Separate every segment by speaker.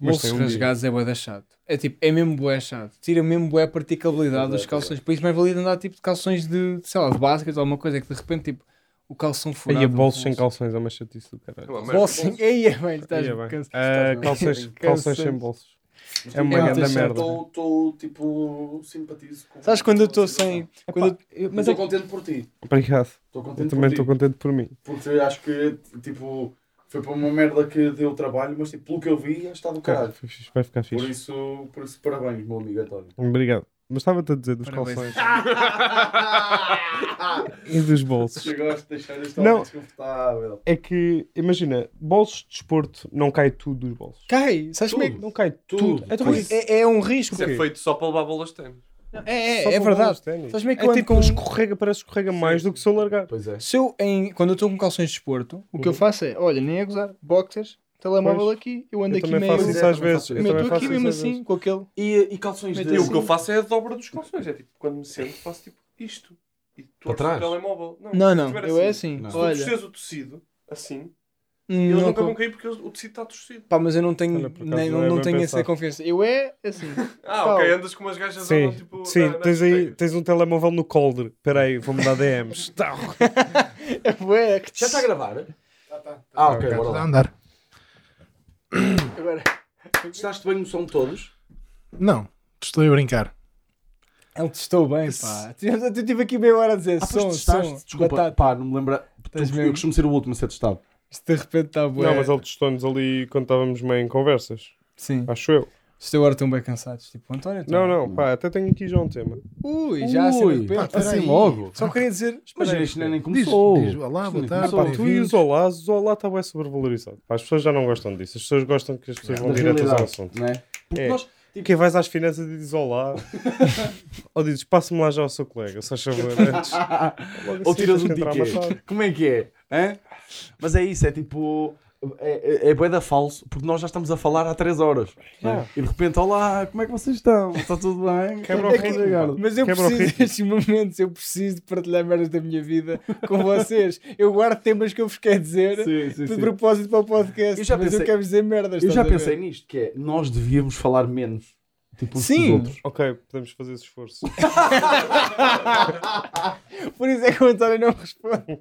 Speaker 1: Mas
Speaker 2: Bolsos
Speaker 1: tem um dia.
Speaker 2: rasgados é bué da chato. É tipo, é mesmo bué chato. Tira mesmo bué a praticabilidade dos
Speaker 1: Exato,
Speaker 2: calções. Por isso mais valia andar tipo de calções de, sei lá, de basquete ou alguma coisa que de repente tipo, o calção furado. um
Speaker 1: Aí a bolsos sem calções é uma chatice do caralho.
Speaker 3: Pô, mas-
Speaker 2: Bolsos sem... Eia, velho, estás
Speaker 1: Ia bem.
Speaker 2: cansado.
Speaker 1: Ah,
Speaker 2: Estás-
Speaker 1: calções,
Speaker 2: cansado.
Speaker 1: calções sem bolsos. É uma
Speaker 2: Eu
Speaker 1: grande
Speaker 2: deixei-
Speaker 1: merda.
Speaker 4: Estou, tipo, simpatizo com...
Speaker 2: Sabes quando eu estou
Speaker 4: com-
Speaker 2: sem... Quando eu- eu-
Speaker 4: Mas
Speaker 2: Mas
Speaker 4: estou
Speaker 2: é...
Speaker 4: contente por ti.
Speaker 1: Obrigado. Eu
Speaker 4: Estou contente
Speaker 1: também
Speaker 4: por ti.
Speaker 1: estou contente por mim.
Speaker 4: Porque acho que, tipo, foi para uma merda que deu trabalho, mas tipo, pelo que eu vi, está do
Speaker 1: Cara,
Speaker 4: caralho.
Speaker 1: foi fixe, vai ficar
Speaker 4: Por
Speaker 1: fixe.
Speaker 4: isso, por isso, parabéns, meu amigo António.
Speaker 1: Obrigado. Mas estava-te a dizer dos
Speaker 2: Parabéns.
Speaker 1: calções
Speaker 4: Ah!
Speaker 1: e dos bolsos.
Speaker 4: Eu gosto de deixar isto
Speaker 1: Não.
Speaker 4: não. desconfortável.
Speaker 1: É que, imagina, bolsos de desporto não cai tudo dos bolsos.
Speaker 2: Cai, sabes como é que...
Speaker 1: Não cai tudo.
Speaker 4: Tudo.
Speaker 1: Então,
Speaker 4: Pois.
Speaker 1: mas
Speaker 2: É, é um risco.
Speaker 3: Isso é feito só para levar bolas de ténis.
Speaker 2: É,
Speaker 1: só
Speaker 2: é, é
Speaker 1: com
Speaker 2: verdade.
Speaker 1: bolas de ténis.
Speaker 2: Sabes como é que
Speaker 1: É
Speaker 2: eu ando
Speaker 1: tipo,
Speaker 2: com...
Speaker 1: escorrega, parece que escorrega mais do que se eu largar.
Speaker 4: Pois é.
Speaker 2: Se eu, em, quando eu estou com calções de desporto, o que eu
Speaker 1: Uhum.
Speaker 2: faço é, olha, nem é gozar, boxers, telemóvel
Speaker 1: Pois.
Speaker 2: aqui, eu ando
Speaker 1: Eu
Speaker 2: aqui
Speaker 1: também
Speaker 2: meio...
Speaker 1: faço
Speaker 4: Pois
Speaker 1: isso
Speaker 4: é,
Speaker 1: às
Speaker 4: também
Speaker 1: vezes.
Speaker 4: faço
Speaker 1: Eu
Speaker 4: isso.
Speaker 2: Meu,
Speaker 1: também
Speaker 2: estou
Speaker 1: faço
Speaker 2: aqui
Speaker 1: isso
Speaker 2: mesmo
Speaker 1: às vezes.
Speaker 2: assim, com aquele...
Speaker 4: E, e calções
Speaker 2: Mas
Speaker 4: de...
Speaker 3: E
Speaker 2: Sim.
Speaker 3: o que eu faço é a dobra dos calções. É tipo, quando me sento, faço tipo isto. E tu
Speaker 4: Para
Speaker 3: torces o
Speaker 4: trás?
Speaker 3: telemóvel.
Speaker 2: Não,
Speaker 3: se
Speaker 2: não,
Speaker 3: estiver
Speaker 2: eu é assim.
Speaker 4: Não.
Speaker 3: Se tu
Speaker 2: Olha,
Speaker 3: torces o tecido, assim,
Speaker 2: Hum, não,
Speaker 3: eles nunca
Speaker 2: co-
Speaker 3: vão cair porque eles- o tecido está torcido.
Speaker 2: pá, mas eu não tenho,
Speaker 1: Olha, por acaso
Speaker 2: nem-
Speaker 1: não
Speaker 2: não,
Speaker 1: é
Speaker 2: não
Speaker 1: bem
Speaker 2: tenho
Speaker 1: pensado.
Speaker 2: essa confiança. Eu é assim.
Speaker 3: Ah,
Speaker 2: Pá,
Speaker 3: ok, andas com umas gajas andam,
Speaker 1: Sim,
Speaker 3: tipo.
Speaker 1: sim,
Speaker 3: na- na
Speaker 1: tens aí
Speaker 3: discoteca.
Speaker 1: tens um telemóvel no colder. Espera aí, vou-me dar DMs. Tá.
Speaker 2: é bué.
Speaker 4: Já está a gravar? Ah, ok, bora
Speaker 5: Está a
Speaker 4: lá.
Speaker 5: andar.
Speaker 2: Agora,
Speaker 4: Gostaste bem no som de todos?
Speaker 5: Não, te estou a brincar.
Speaker 2: ele testou bem, pá. Eu eu tive aqui meia hora a dizer
Speaker 4: Ah, pois
Speaker 2: som,
Speaker 4: testaste?
Speaker 2: som,
Speaker 4: Desculpa,
Speaker 2: batata.
Speaker 4: pá, não me lembra. Tu,
Speaker 2: Tens
Speaker 4: eu
Speaker 2: mesmo.
Speaker 4: costumo ser o último a ser testado.
Speaker 2: Isto de repente está bué.
Speaker 1: Não, mas ele testou-nos ali quando estávamos meio em conversas.
Speaker 2: Sim.
Speaker 1: Acho eu.
Speaker 2: Isto agora estão bem cansados. Tipo, António... tu-
Speaker 4: Então,
Speaker 1: Não,
Speaker 4: hum.
Speaker 1: não, pá, até tenho aqui já um tema.
Speaker 2: Ui, já assim
Speaker 4: Ui,
Speaker 2: de repente.
Speaker 5: pá,
Speaker 4: Assim
Speaker 5: Peraí.
Speaker 4: logo.
Speaker 2: Só queria dizer...
Speaker 4: Mas este nem
Speaker 5: Diz,
Speaker 4: começou.
Speaker 5: diz, olá, boa tarde.
Speaker 4: Sou
Speaker 1: Pá, tu e o
Speaker 5: bem-vindos."
Speaker 1: Zolá, o Zolá está bem sobrevalorizado. Pá, as pessoas já não gostam disso. As pessoas gostam que as
Speaker 4: É,
Speaker 1: pessoas vão diretas ao assunto.
Speaker 4: Né? Porque
Speaker 1: É.
Speaker 4: nós,
Speaker 1: Quem vais às finanças e dizes olá, ou dizes passa-me lá já ao seu colega, se faz favor. antes. Logo
Speaker 4: ou
Speaker 1: assim
Speaker 4: tiras um
Speaker 1: tens que entrar a matar.
Speaker 4: ticket. Como é que é? Hã? Mas é isso, é tipo. É, é, é boeda falso, porque nós já estamos a falar há 3 horas. né? E de repente, olá, como é que vocês estão? Está tudo bem?
Speaker 1: Quebra o
Speaker 4: Como é que-
Speaker 1: ritmo, pá.
Speaker 2: Mas eu
Speaker 1: Quebra o
Speaker 2: preciso
Speaker 1: ritmo.
Speaker 2: destes momentos, eu preciso de partilhar merdas da minha vida com vocês. Eu guardo temas que eu vos quero dizer
Speaker 4: Sim, sim,
Speaker 2: de
Speaker 4: sim.
Speaker 2: propósito para o podcast.
Speaker 4: Eu já
Speaker 2: mas eu
Speaker 4: pensei-
Speaker 2: quero dizer merdas.
Speaker 4: Eu já
Speaker 2: estás a ver?
Speaker 4: pensei nisto, que é, nós devíamos falar menos. Tipo, uns com os
Speaker 2: Sim.
Speaker 4: outros.
Speaker 1: Ok, podemos fazer esse esforço.
Speaker 4: É
Speaker 2: Por isso é que o António não responde.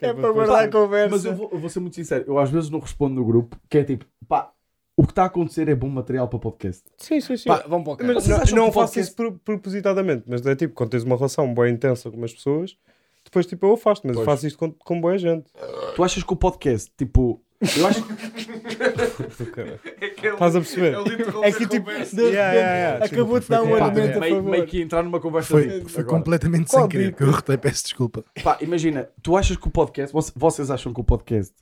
Speaker 2: é para guardar a conversa.
Speaker 4: Mas eu vou, eu vou ser muito sincero, eu às vezes não respondo no grupo, que é tipo, pá, o que está a acontecer é bom material para podcast.
Speaker 1: Sim, sim, sim.
Speaker 2: Pá, vamos para o caralho.
Speaker 1: Mas
Speaker 4: Vocês
Speaker 1: não,
Speaker 4: acham
Speaker 1: não
Speaker 4: que o
Speaker 1: faço
Speaker 4: podcast-
Speaker 1: isso pro- propositadamente, mas é tipo, quando tens uma relação bem intensa com as pessoas, depois tipo eu afasto, mas eu
Speaker 4: Pois.
Speaker 1: faço isto com, com boa gente.
Speaker 4: Tu achas que o podcast, tipo, eu acho que
Speaker 1: Do caralho.
Speaker 3: É que ele-
Speaker 1: Estás a perceber?
Speaker 3: ele interrompe
Speaker 2: É que
Speaker 3: a
Speaker 2: tipo,
Speaker 3: conversa.
Speaker 2: de repente,
Speaker 1: Yeah, yeah, yeah.
Speaker 2: acabou de
Speaker 5: Foi-
Speaker 2: dar um
Speaker 5: foi- pá,
Speaker 2: argumento a
Speaker 4: é meio,
Speaker 2: favor.
Speaker 4: meio que entrar numa conversa
Speaker 5: Foi,
Speaker 4: assim,
Speaker 5: foi
Speaker 4: agora.
Speaker 5: completamente
Speaker 2: Qual
Speaker 5: sem querer que eu rotei, peço desculpa.
Speaker 4: Pá, imagina, tu achas que o podcast, voc- vocês acham que o podcast,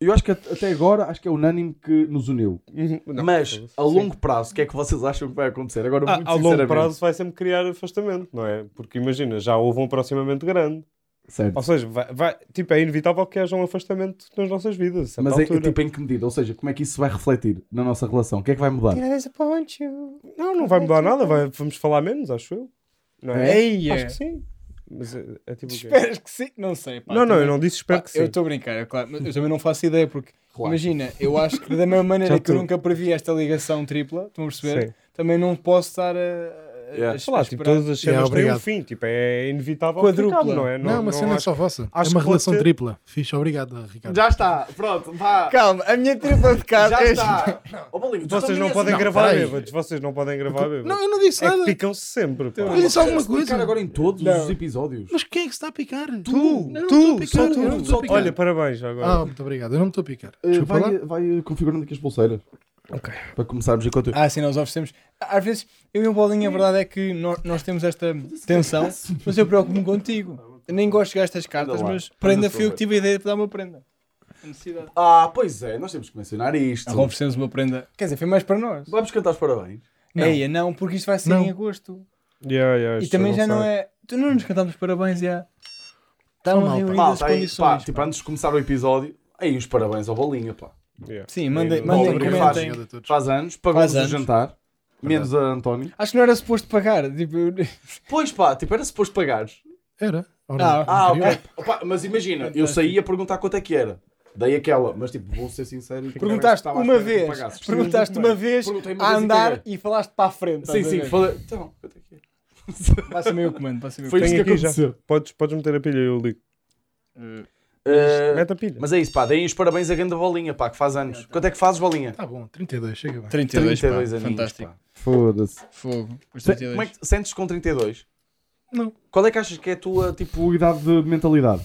Speaker 4: eu acho que at- até agora, acho que é unânime que nos uniu.
Speaker 1: Uhum. Não,
Speaker 4: Mas,
Speaker 1: foda-se.
Speaker 4: a longo prazo, o que é que vocês acham que vai acontecer? Agora,
Speaker 1: Ah,
Speaker 4: muito
Speaker 1: a longo
Speaker 4: sinceramente.
Speaker 1: prazo vai sempre criar afastamento, não é? Porque imagina, já houve um aproximamento grande.
Speaker 4: Certo.
Speaker 1: Ou seja, vai, vai- tipo, é inevitável que haja um afastamento nas nossas vidas.
Speaker 4: Mas é,
Speaker 1: altura.
Speaker 4: tipo, em que medida? Ou seja, como é que isso vai refletir na nossa relação? O que é que vai mudar?
Speaker 2: Can I disappoint you?
Speaker 1: não, não vai mudar nada, vai- vamos falar menos, acho eu. Não é?
Speaker 2: Eia.
Speaker 1: Acho que sim. Mas é, é tipo o quê?
Speaker 2: Esperas que sim? Não sei. Pá,
Speaker 1: Não, não,
Speaker 2: também-
Speaker 1: eu não disse espero
Speaker 2: Pá,
Speaker 1: que
Speaker 2: Eu
Speaker 1: sim.
Speaker 2: estou a brincar, é claro, mas eu também não faço ideia porque,
Speaker 4: Claro.
Speaker 2: imagina, eu acho que da mesma maneira
Speaker 1: Já
Speaker 2: que eu
Speaker 1: tô.
Speaker 2: nunca previ esta ligação tripla, estão a perceber?
Speaker 1: Sim.
Speaker 2: Também não posso estar a, a,
Speaker 4: Yeah.
Speaker 2: a
Speaker 1: Sei lá,
Speaker 2: esperar.
Speaker 1: tipo, todas as cenas
Speaker 5: Yeah,
Speaker 1: têm um
Speaker 5: obrigado.
Speaker 1: fim, tipo, é inevitável.
Speaker 2: Quadrupla.
Speaker 1: que acabe, não é?
Speaker 5: Não, uma cena é
Speaker 1: acho-
Speaker 5: só vossa. É
Speaker 1: acho
Speaker 5: uma
Speaker 1: que
Speaker 5: relação
Speaker 1: pode ter-
Speaker 5: tripla. Fixe, obrigado, Ricardo.
Speaker 4: Já está, pronto, vá.
Speaker 2: Calma, a minha tripla de carro
Speaker 4: Já
Speaker 2: é-
Speaker 4: está. Ó, Bolinho, tu
Speaker 1: Vocês
Speaker 4: também
Speaker 1: não
Speaker 4: és-
Speaker 1: podem gravar
Speaker 5: peraí.
Speaker 1: bêbados, vocês não podem gravar
Speaker 5: Não,
Speaker 1: bêbados.
Speaker 5: eu não disse
Speaker 1: É que
Speaker 5: nada.
Speaker 1: picam-se sempre, pá.
Speaker 5: Eu disse alguma
Speaker 4: Queres picar
Speaker 5: coisa.
Speaker 4: agora em todos
Speaker 2: Não.
Speaker 4: os episódios.
Speaker 5: Mas quem é que se está a picar?
Speaker 1: Tu,
Speaker 5: Eu não estou a
Speaker 1: tu,
Speaker 5: picar,
Speaker 1: só
Speaker 5: eu não
Speaker 1: tu.
Speaker 5: estou a picar.
Speaker 1: Olha, parabéns agora.
Speaker 5: Ah, muito obrigado. Eu não me estou a picar.
Speaker 4: Eh,
Speaker 5: Desculpa
Speaker 4: vai,
Speaker 5: lá.
Speaker 4: vai configurando aqui as pulseiras.
Speaker 1: Ok.
Speaker 4: Para começarmos enquanto eu.
Speaker 2: Ah, sim, nós oferecemos. Às vezes, eu e o Bolinho, a verdade é que nó- nós, temos esta tensão, mas eu preocupo-me contigo. Eu nem gosto de gastar as cartas,
Speaker 4: Anda lá.
Speaker 2: mas prenda foi eu que tive a ideia de dar uma prenda. A necessidade.
Speaker 4: Ah, pois é, nós temos que mencionar isto.
Speaker 2: Nós oferecemos uma prenda. Quer dizer, foi mais para nós.
Speaker 4: Vamos cantar os parabéns.
Speaker 2: Não. Eia, não, porque isto vai ser
Speaker 5: Não.
Speaker 2: em agosto.
Speaker 1: Yeah, yeah,
Speaker 2: E
Speaker 1: isto
Speaker 2: também já não Tá
Speaker 1: sai.
Speaker 2: é. Tu não nos cantámos parabéns já. Estavam
Speaker 5: Malta.
Speaker 2: reunidas as
Speaker 4: Malta, aí, pá,
Speaker 2: condições.
Speaker 4: tipo, antes de começar o episódio, aí os parabéns ao Bolinha, pá.
Speaker 1: Yeah.
Speaker 2: Sim, mandem,
Speaker 1: Ainda-
Speaker 2: mandem
Speaker 4: Obrigado.
Speaker 2: comentem.
Speaker 5: Obrigado a todos.
Speaker 4: Faz anos, pagamos
Speaker 2: Faz
Speaker 4: o
Speaker 2: anos.
Speaker 4: jantar. Menos a António.
Speaker 2: Acho que não era suposto pagar. Tipo, eu-
Speaker 4: Pois pá, tipo, era suposto pagares.
Speaker 5: Era. Ora,
Speaker 2: Ah,
Speaker 4: Ah,
Speaker 5: não queria.
Speaker 4: ok. Opa, mas imagina, eu saí a perguntar quanto é que era. Dei aquela, mas tipo, vou ser sincero. e-
Speaker 2: Perguntaste
Speaker 4: Estava à
Speaker 2: uma
Speaker 4: espera que me
Speaker 2: vez,
Speaker 4: pagasses.
Speaker 2: perguntaste uma vez
Speaker 4: Perguntei uma
Speaker 2: a
Speaker 4: vez e
Speaker 2: andar
Speaker 4: caguei.
Speaker 2: e falaste para a frente.
Speaker 4: Sim, sim, falei. Então, quanto é que é?
Speaker 2: Passa meio o comando, passa meio o
Speaker 4: Foi
Speaker 2: comando.
Speaker 1: Tenho
Speaker 4: isso que
Speaker 1: aqui já.
Speaker 4: aconteceu.
Speaker 1: Podes, podes meter a pilha, eu ligo.
Speaker 4: Eh,
Speaker 1: Mete a pilha.
Speaker 4: mas é isso, pá, deem os parabéns a grande bolinha, pá, que faz anos. Quanto é que fazes, bolinha?
Speaker 5: Tá bom, 32, chega bem.
Speaker 2: 32,
Speaker 4: 32
Speaker 2: pá,
Speaker 4: aninhos,
Speaker 2: fantástico.
Speaker 4: pá. Foda-se.
Speaker 2: Fogo. Os
Speaker 4: Se- Como é
Speaker 2: 32.
Speaker 4: que te sentes com 32?
Speaker 5: Não.
Speaker 4: Qual é que achas que é a tua, tipo, idade de mentalidade?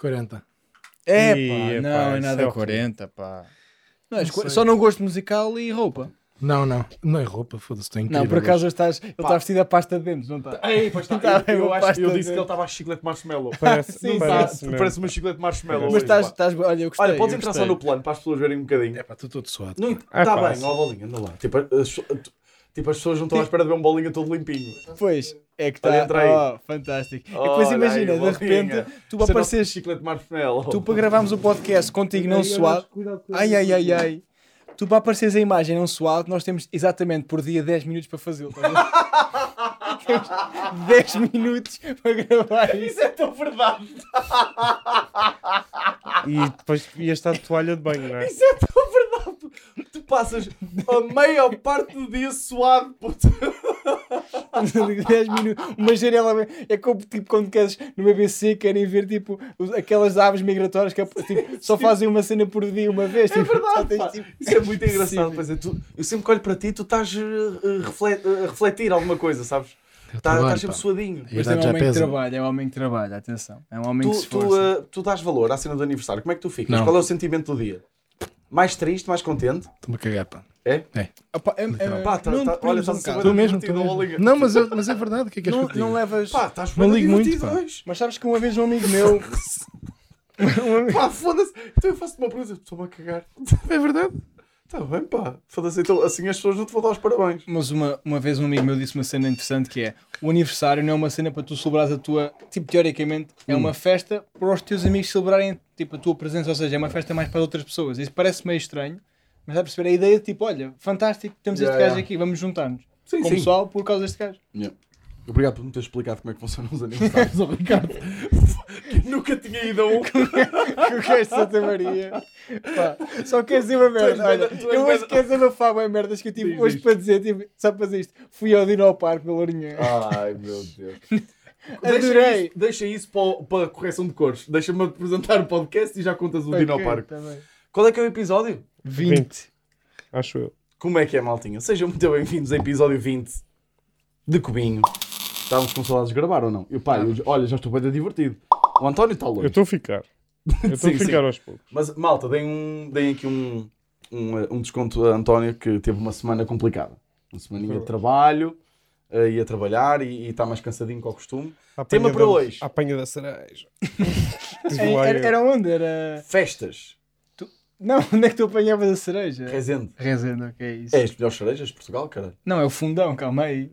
Speaker 5: 40.
Speaker 2: É,
Speaker 1: Ih,
Speaker 2: pá,
Speaker 1: epá,
Speaker 2: não, é
Speaker 1: isso
Speaker 2: nada
Speaker 1: é horrível.
Speaker 2: 40, pá. Não, é esco-
Speaker 5: sei.
Speaker 2: só não gosto musical e roupa.
Speaker 5: Não, não. Não é roupa, foda-se, estou incrível.
Speaker 2: Não, por
Speaker 5: hoje.
Speaker 2: acaso estás, ele está vestido a pasta de dentes, não está?
Speaker 4: Ei, pois está.
Speaker 2: Tá,
Speaker 4: eu,
Speaker 2: eu
Speaker 4: eu acho que
Speaker 2: basta
Speaker 4: eu disse
Speaker 2: ver.
Speaker 4: que ele estava a chiclete marshmallow.
Speaker 1: Parece,
Speaker 2: Sim,
Speaker 1: parece,
Speaker 4: Tá,
Speaker 1: mesmo.
Speaker 4: Parece uma chiclete marshmallow.
Speaker 2: Mas
Speaker 4: hoje,
Speaker 2: estás,
Speaker 4: pá.
Speaker 2: estás, olha, eu gostei.
Speaker 4: Olha, podes
Speaker 2: eu
Speaker 4: entrar só
Speaker 2: gostei.
Speaker 4: no plano para as pessoas verem um bocadinho.
Speaker 5: É pá, estou todo suado.
Speaker 4: Não,
Speaker 1: Ah,
Speaker 4: tá
Speaker 1: pá,
Speaker 4: bem,
Speaker 1: sim.
Speaker 4: ó bolinha, anda lá. Tipo, as, tipo, as pessoas não estão à espera de ver um bolinha todo limpinho.
Speaker 2: Pois, é que
Speaker 4: Olha,
Speaker 2: está.
Speaker 4: entra aí.
Speaker 2: Oh, fantástico. e depois
Speaker 4: Olha
Speaker 2: imagina,
Speaker 4: aí,
Speaker 2: de
Speaker 4: bolinha. é
Speaker 2: repente, tu
Speaker 4: Você não-
Speaker 2: apareces,
Speaker 4: chiclete marshmallow.
Speaker 2: tu para gravarmos o podcast contigo não suado. Ai, ai, ai, ai. Tu para apareceres a imagem não suado, nós temos exatamente por dia 10 minutos para fazê-lo. estás a ver? temos 10 minutos para gravar isso.
Speaker 4: Isso é tão verdade.
Speaker 1: E depois ias estar de toalha de banho, não é?
Speaker 4: Isso é tão verdade. Tu passas a maior parte do dia suado, puto.
Speaker 2: 10 minutos. Uma janela é como tipo, quando queres no BBC querem ver tipo, os- aquelas aves migratórias que tipo, só fazem uma cena por dia uma vez.
Speaker 4: É
Speaker 2: tipo, só
Speaker 4: verdade,
Speaker 2: tens,
Speaker 4: pá.
Speaker 2: tipo,
Speaker 4: Isso é muito engraçado.
Speaker 2: Sim.
Speaker 4: pois é, tu- eu sempre que olho para ti, tu estás eh, eh, refle- eh, a refletir alguma coisa, sabes?
Speaker 5: Eu
Speaker 4: Tá-
Speaker 5: trabalho,
Speaker 4: Estás sempre
Speaker 5: pá.
Speaker 4: suadinho.
Speaker 5: A
Speaker 2: Mas também é
Speaker 5: idade
Speaker 2: um
Speaker 5: já
Speaker 2: homem que
Speaker 5: pesa.
Speaker 2: trabalha, é um homem que trabalha, atenção. É um homem que se
Speaker 4: Tu, tu,
Speaker 2: esforça.
Speaker 4: eh, tu dás valor à cena do aniversário. Como é que tu ficas?
Speaker 5: Não.
Speaker 4: Qual é o sentimento do dia? Mais triste, mais contente?
Speaker 5: Estou-me a cagar, pá.
Speaker 2: Opa, é- é-
Speaker 4: Pá, tá-
Speaker 2: não
Speaker 4: tá-
Speaker 2: te
Speaker 4: olha,
Speaker 2: prendas
Speaker 4: tá-me
Speaker 2: um bocado.
Speaker 4: sabendo-
Speaker 5: Tu mesmo, tu
Speaker 4: Divertido,
Speaker 5: mesmo.
Speaker 4: liga.
Speaker 5: Não, mas, eu- mas é verdade, o que é que és
Speaker 2: não,
Speaker 5: que eu te
Speaker 2: não
Speaker 5: diga?
Speaker 2: levas.
Speaker 4: Pá, estás
Speaker 5: Não
Speaker 4: bem
Speaker 5: ligo muito,
Speaker 4: divertido
Speaker 5: pá.
Speaker 4: hoje.
Speaker 2: Mas sabes que uma vez um amigo meu.
Speaker 4: Pá, foda-se. Então eu faço-te uma pergunta. Estou-me a cagar.
Speaker 5: É verdade.
Speaker 4: Está bem, pá. Foda-se. Então assim as pessoas não te vão dar os parabéns.
Speaker 2: Mas uma, uma vez um amigo meu disse uma cena interessante que é o aniversário não é uma cena para tu celebrares a tua. Tipo, teoricamente, é
Speaker 4: Hum.
Speaker 2: uma festa para os teus amigos celebrarem tipo, a tua presença, ou seja, é uma festa mais para outras pessoas. Isso parece meio estranho, mas dá a perceber a ideia de tipo, olha, fantástico, temos
Speaker 4: Yeah,
Speaker 2: este gajo
Speaker 4: yeah.
Speaker 2: aqui, vamos juntar-nos
Speaker 4: Sim,
Speaker 2: com o pessoal por causa deste gajo.
Speaker 4: Obrigado por me ter explicado como é que funcionam os aniversários, ao Ricardo. Que nunca tinha ido a um.
Speaker 2: que o gajo de Santa Maria. Pá, só quer dizer uma merda.
Speaker 4: Tu és
Speaker 2: Olha,
Speaker 4: merda- tu és
Speaker 2: eu hoje
Speaker 4: merda.
Speaker 2: quero dizer uma fábula em merdas que eu tive hoje para dizer, tipo, só para dizer isto. Fui ao Dinopark pela Lourinhã.
Speaker 4: Ai, meu Deus.
Speaker 2: Adorei.
Speaker 4: Deixa isso, deixa isso para, o- para a correção de cores. Deixa-me apresentar o podcast e já contas o
Speaker 2: Ok,
Speaker 4: Dinoparque.
Speaker 2: tá bem.
Speaker 4: Qual é que é o episódio?
Speaker 1: 20. Acho eu.
Speaker 4: Como é que é, maltinha? Sejam muito bem-vindos ao episódio 20 de Cubinho. Estávamos com saudades de gravar ou não? Eu, pá, eu- olha, já estou bem divertido. O António está
Speaker 1: Eu
Speaker 4: longe.
Speaker 1: estou a ficar. Eu estou a
Speaker 4: Sim, sim.
Speaker 1: ficar aos poucos.
Speaker 4: Mas, malta, deem, um, deem aqui um, um, eh, um desconto a António que teve uma semana complicada. Uma semaninha de trabalho, eh, ia trabalhar e e está mais cansadinho que ao costume.
Speaker 1: A
Speaker 4: Tema
Speaker 1: apanha
Speaker 4: para
Speaker 1: da-
Speaker 4: hoje.
Speaker 1: a Apanha da cereja.
Speaker 2: Ei, Era, era onde? Era.
Speaker 4: Festas.
Speaker 2: Não, onde é que tu apanhavas a
Speaker 1: É.
Speaker 2: cereja?
Speaker 4: Resende.
Speaker 2: Rezendo, ok, isso.
Speaker 4: É as melhores cerejas de Portugal, caralho.
Speaker 2: Não, é o fundão, calma aí.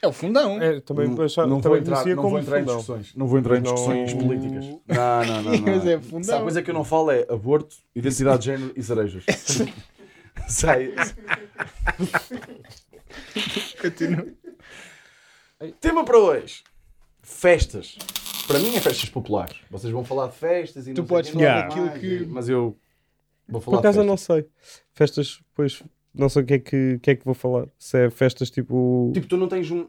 Speaker 2: É o fundão.
Speaker 1: É, também achava-
Speaker 4: um- não vou
Speaker 1: também
Speaker 4: entrar,
Speaker 1: conhecia
Speaker 4: não
Speaker 1: como
Speaker 4: vou entrar em
Speaker 1: fundão.
Speaker 4: discussões. Não vou entrar em
Speaker 1: Não-
Speaker 4: discussões políticas. Não, não, não. não.
Speaker 2: Mas é fundão.
Speaker 4: Se há coisa que eu não falo é aborto, identidade de género e cerejas. Sai.
Speaker 2: Continua.
Speaker 4: Tema para hoje. Festas. Para mim é festas populares. Vocês vão falar de festas e
Speaker 2: Tu
Speaker 4: não sei
Speaker 2: podes
Speaker 4: quê,
Speaker 2: falar
Speaker 4: não sei
Speaker 2: daquilo
Speaker 4: mais,
Speaker 2: que-
Speaker 4: e- Mas eu vou
Speaker 1: Por
Speaker 4: falar de
Speaker 1: acaso eu
Speaker 4: festas.
Speaker 1: não sei. Festas, pois, não sei o que é que, que é que vou falar. Se é festas tipo.
Speaker 4: Tipo, tu não tens um...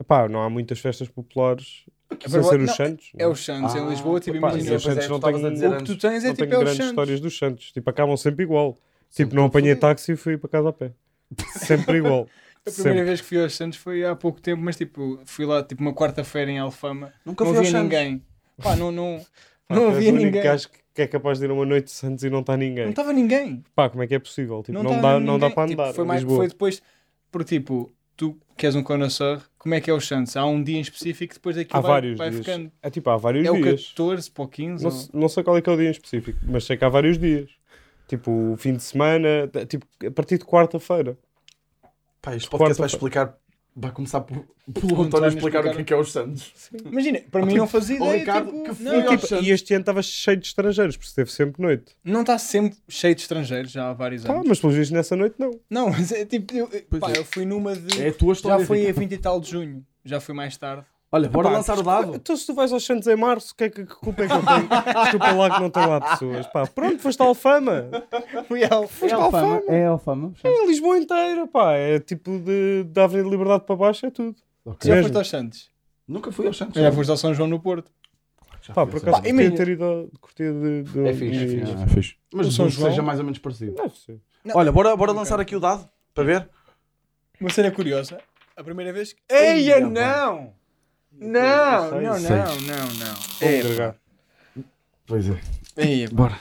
Speaker 1: Epá, não há muitas festas populares. Sem
Speaker 2: Não,
Speaker 1: ser os Santos.
Speaker 2: É os Santos em
Speaker 4: Ah,
Speaker 2: Lisboa, tipo,
Speaker 1: pá,
Speaker 2: imagina.
Speaker 1: eu
Speaker 4: pois é,
Speaker 1: Santos
Speaker 4: tu
Speaker 1: não um
Speaker 4: estavas
Speaker 1: tenho-
Speaker 4: a dizer
Speaker 2: O que
Speaker 4: antes.
Speaker 2: tu tens é
Speaker 1: não tenho
Speaker 2: tipo é
Speaker 1: grandes
Speaker 2: os Santos.
Speaker 1: histórias dos Santos. Tipo, acabam sempre igual.
Speaker 4: Sempre
Speaker 1: tipo, não apanhei
Speaker 4: fodido.
Speaker 1: táxi e fui para casa a pé. Sempre igual.
Speaker 2: A primeira
Speaker 1: Sempre.
Speaker 2: vez que fui aos Santos foi há pouco tempo, mas tipo, fui lá tipo uma quarta-feira em Alfama.
Speaker 4: Nunca
Speaker 2: não
Speaker 4: fui aos
Speaker 2: havia
Speaker 4: Santos.
Speaker 2: ninguém. Pá, não, não,
Speaker 1: Pá,
Speaker 2: não
Speaker 1: tu és
Speaker 2: havia
Speaker 1: o único
Speaker 2: ninguém.
Speaker 1: gajo que- que é capaz de ir a uma noite de Santos e não está ninguém.
Speaker 2: Não estava ninguém.
Speaker 1: Pá, como é que é possível? Tipo, É. não,
Speaker 2: tava
Speaker 1: dá, não dá
Speaker 2: ninguém.
Speaker 1: para
Speaker 2: Tipo,
Speaker 1: andar.
Speaker 2: foi,
Speaker 1: em
Speaker 2: mais,
Speaker 1: Lisboa.
Speaker 2: foi depois, por tipo, tu que és um connoisseur, como é que é os Santos? Há um dia em específico que depois daquilo
Speaker 1: Há
Speaker 2: vai,
Speaker 1: vários
Speaker 2: vai
Speaker 1: dias.
Speaker 2: ficando.
Speaker 1: É tipo, há vários
Speaker 2: É o
Speaker 1: dias.
Speaker 2: 14 para o 15.
Speaker 1: Não,
Speaker 2: ou-
Speaker 1: se- não sei qual é que é o dia em específico, mas sei que há vários dias. Tipo, o fim de semana, t- tipo, a partir de quarta-feira.
Speaker 4: Pá, este podcast vai
Speaker 1: Quarta-feira.
Speaker 4: explicar... Vai começar por-
Speaker 2: O
Speaker 4: pelo António
Speaker 2: António
Speaker 4: explicar o que é
Speaker 2: explicar.
Speaker 4: que é os Santos.
Speaker 2: Imagina, para mim não fazia
Speaker 4: o
Speaker 2: ideia.
Speaker 4: Ricardo,
Speaker 2: tipo,
Speaker 4: que
Speaker 1: E,
Speaker 2: não,
Speaker 4: foi aos
Speaker 2: tipo,
Speaker 1: tipo,
Speaker 4: Santos.
Speaker 1: e este ano estava cheio de estrangeiros, porque esteve sempre noite.
Speaker 2: não está sempre cheio de estrangeiros já há vários
Speaker 1: Tá,
Speaker 2: anos.
Speaker 1: mas pelos vistos nessa noite não.
Speaker 2: Não, mas é tipo, eu, pá,
Speaker 4: é.
Speaker 2: eu fui numa de.
Speaker 4: É a tua
Speaker 2: já
Speaker 4: história.
Speaker 2: foi
Speaker 4: Ricardo.
Speaker 2: a 20 e tal de junho. Já foi mais tarde.
Speaker 4: Olha, bora
Speaker 1: Pá,
Speaker 4: lançar o
Speaker 1: desculpa-
Speaker 4: dado.
Speaker 1: Então, se tu vais aos Santos em março, que, é que, que culpa é que eu tenho? Desculpa lá que não tem lá pessoas. Pá, pronto, foste à Alfama. Foste à Alfama.
Speaker 4: É Alfama.
Speaker 1: É Lisboa inteira, pá. É tipo de, da Avenida de Liberdade para baixo, é tudo.
Speaker 4: Ok.
Speaker 2: Já
Speaker 1: Mesmo.
Speaker 2: foste aos Santos?
Speaker 4: Nunca fui ao Santos.
Speaker 2: Já foste ao São João no Porto?
Speaker 4: Já
Speaker 1: Pá,
Speaker 4: fui
Speaker 1: por acaso,
Speaker 4: ao Santos.
Speaker 1: podia
Speaker 2: imagina.
Speaker 1: ter ido a- curtir de, de-
Speaker 2: É fixe, é
Speaker 1: de-
Speaker 2: fixe.
Speaker 4: Ah, fixe. Mas
Speaker 2: O
Speaker 4: o
Speaker 2: São
Speaker 4: São
Speaker 2: João-
Speaker 4: seja mais ou menos parecido.
Speaker 1: Deve ser.
Speaker 2: Não.
Speaker 4: Olha, bora, bora lançar aqui o dado para ver.
Speaker 2: Uma cena curiosa. A primeira vez que.
Speaker 4: Eia,
Speaker 2: Eia, não! Não,
Speaker 1: sei,
Speaker 2: não, não,
Speaker 4: sei.
Speaker 2: não, não.
Speaker 1: Vou me
Speaker 2: Epa.
Speaker 1: drogar.
Speaker 4: Pois é.
Speaker 2: Eia,
Speaker 4: Bora.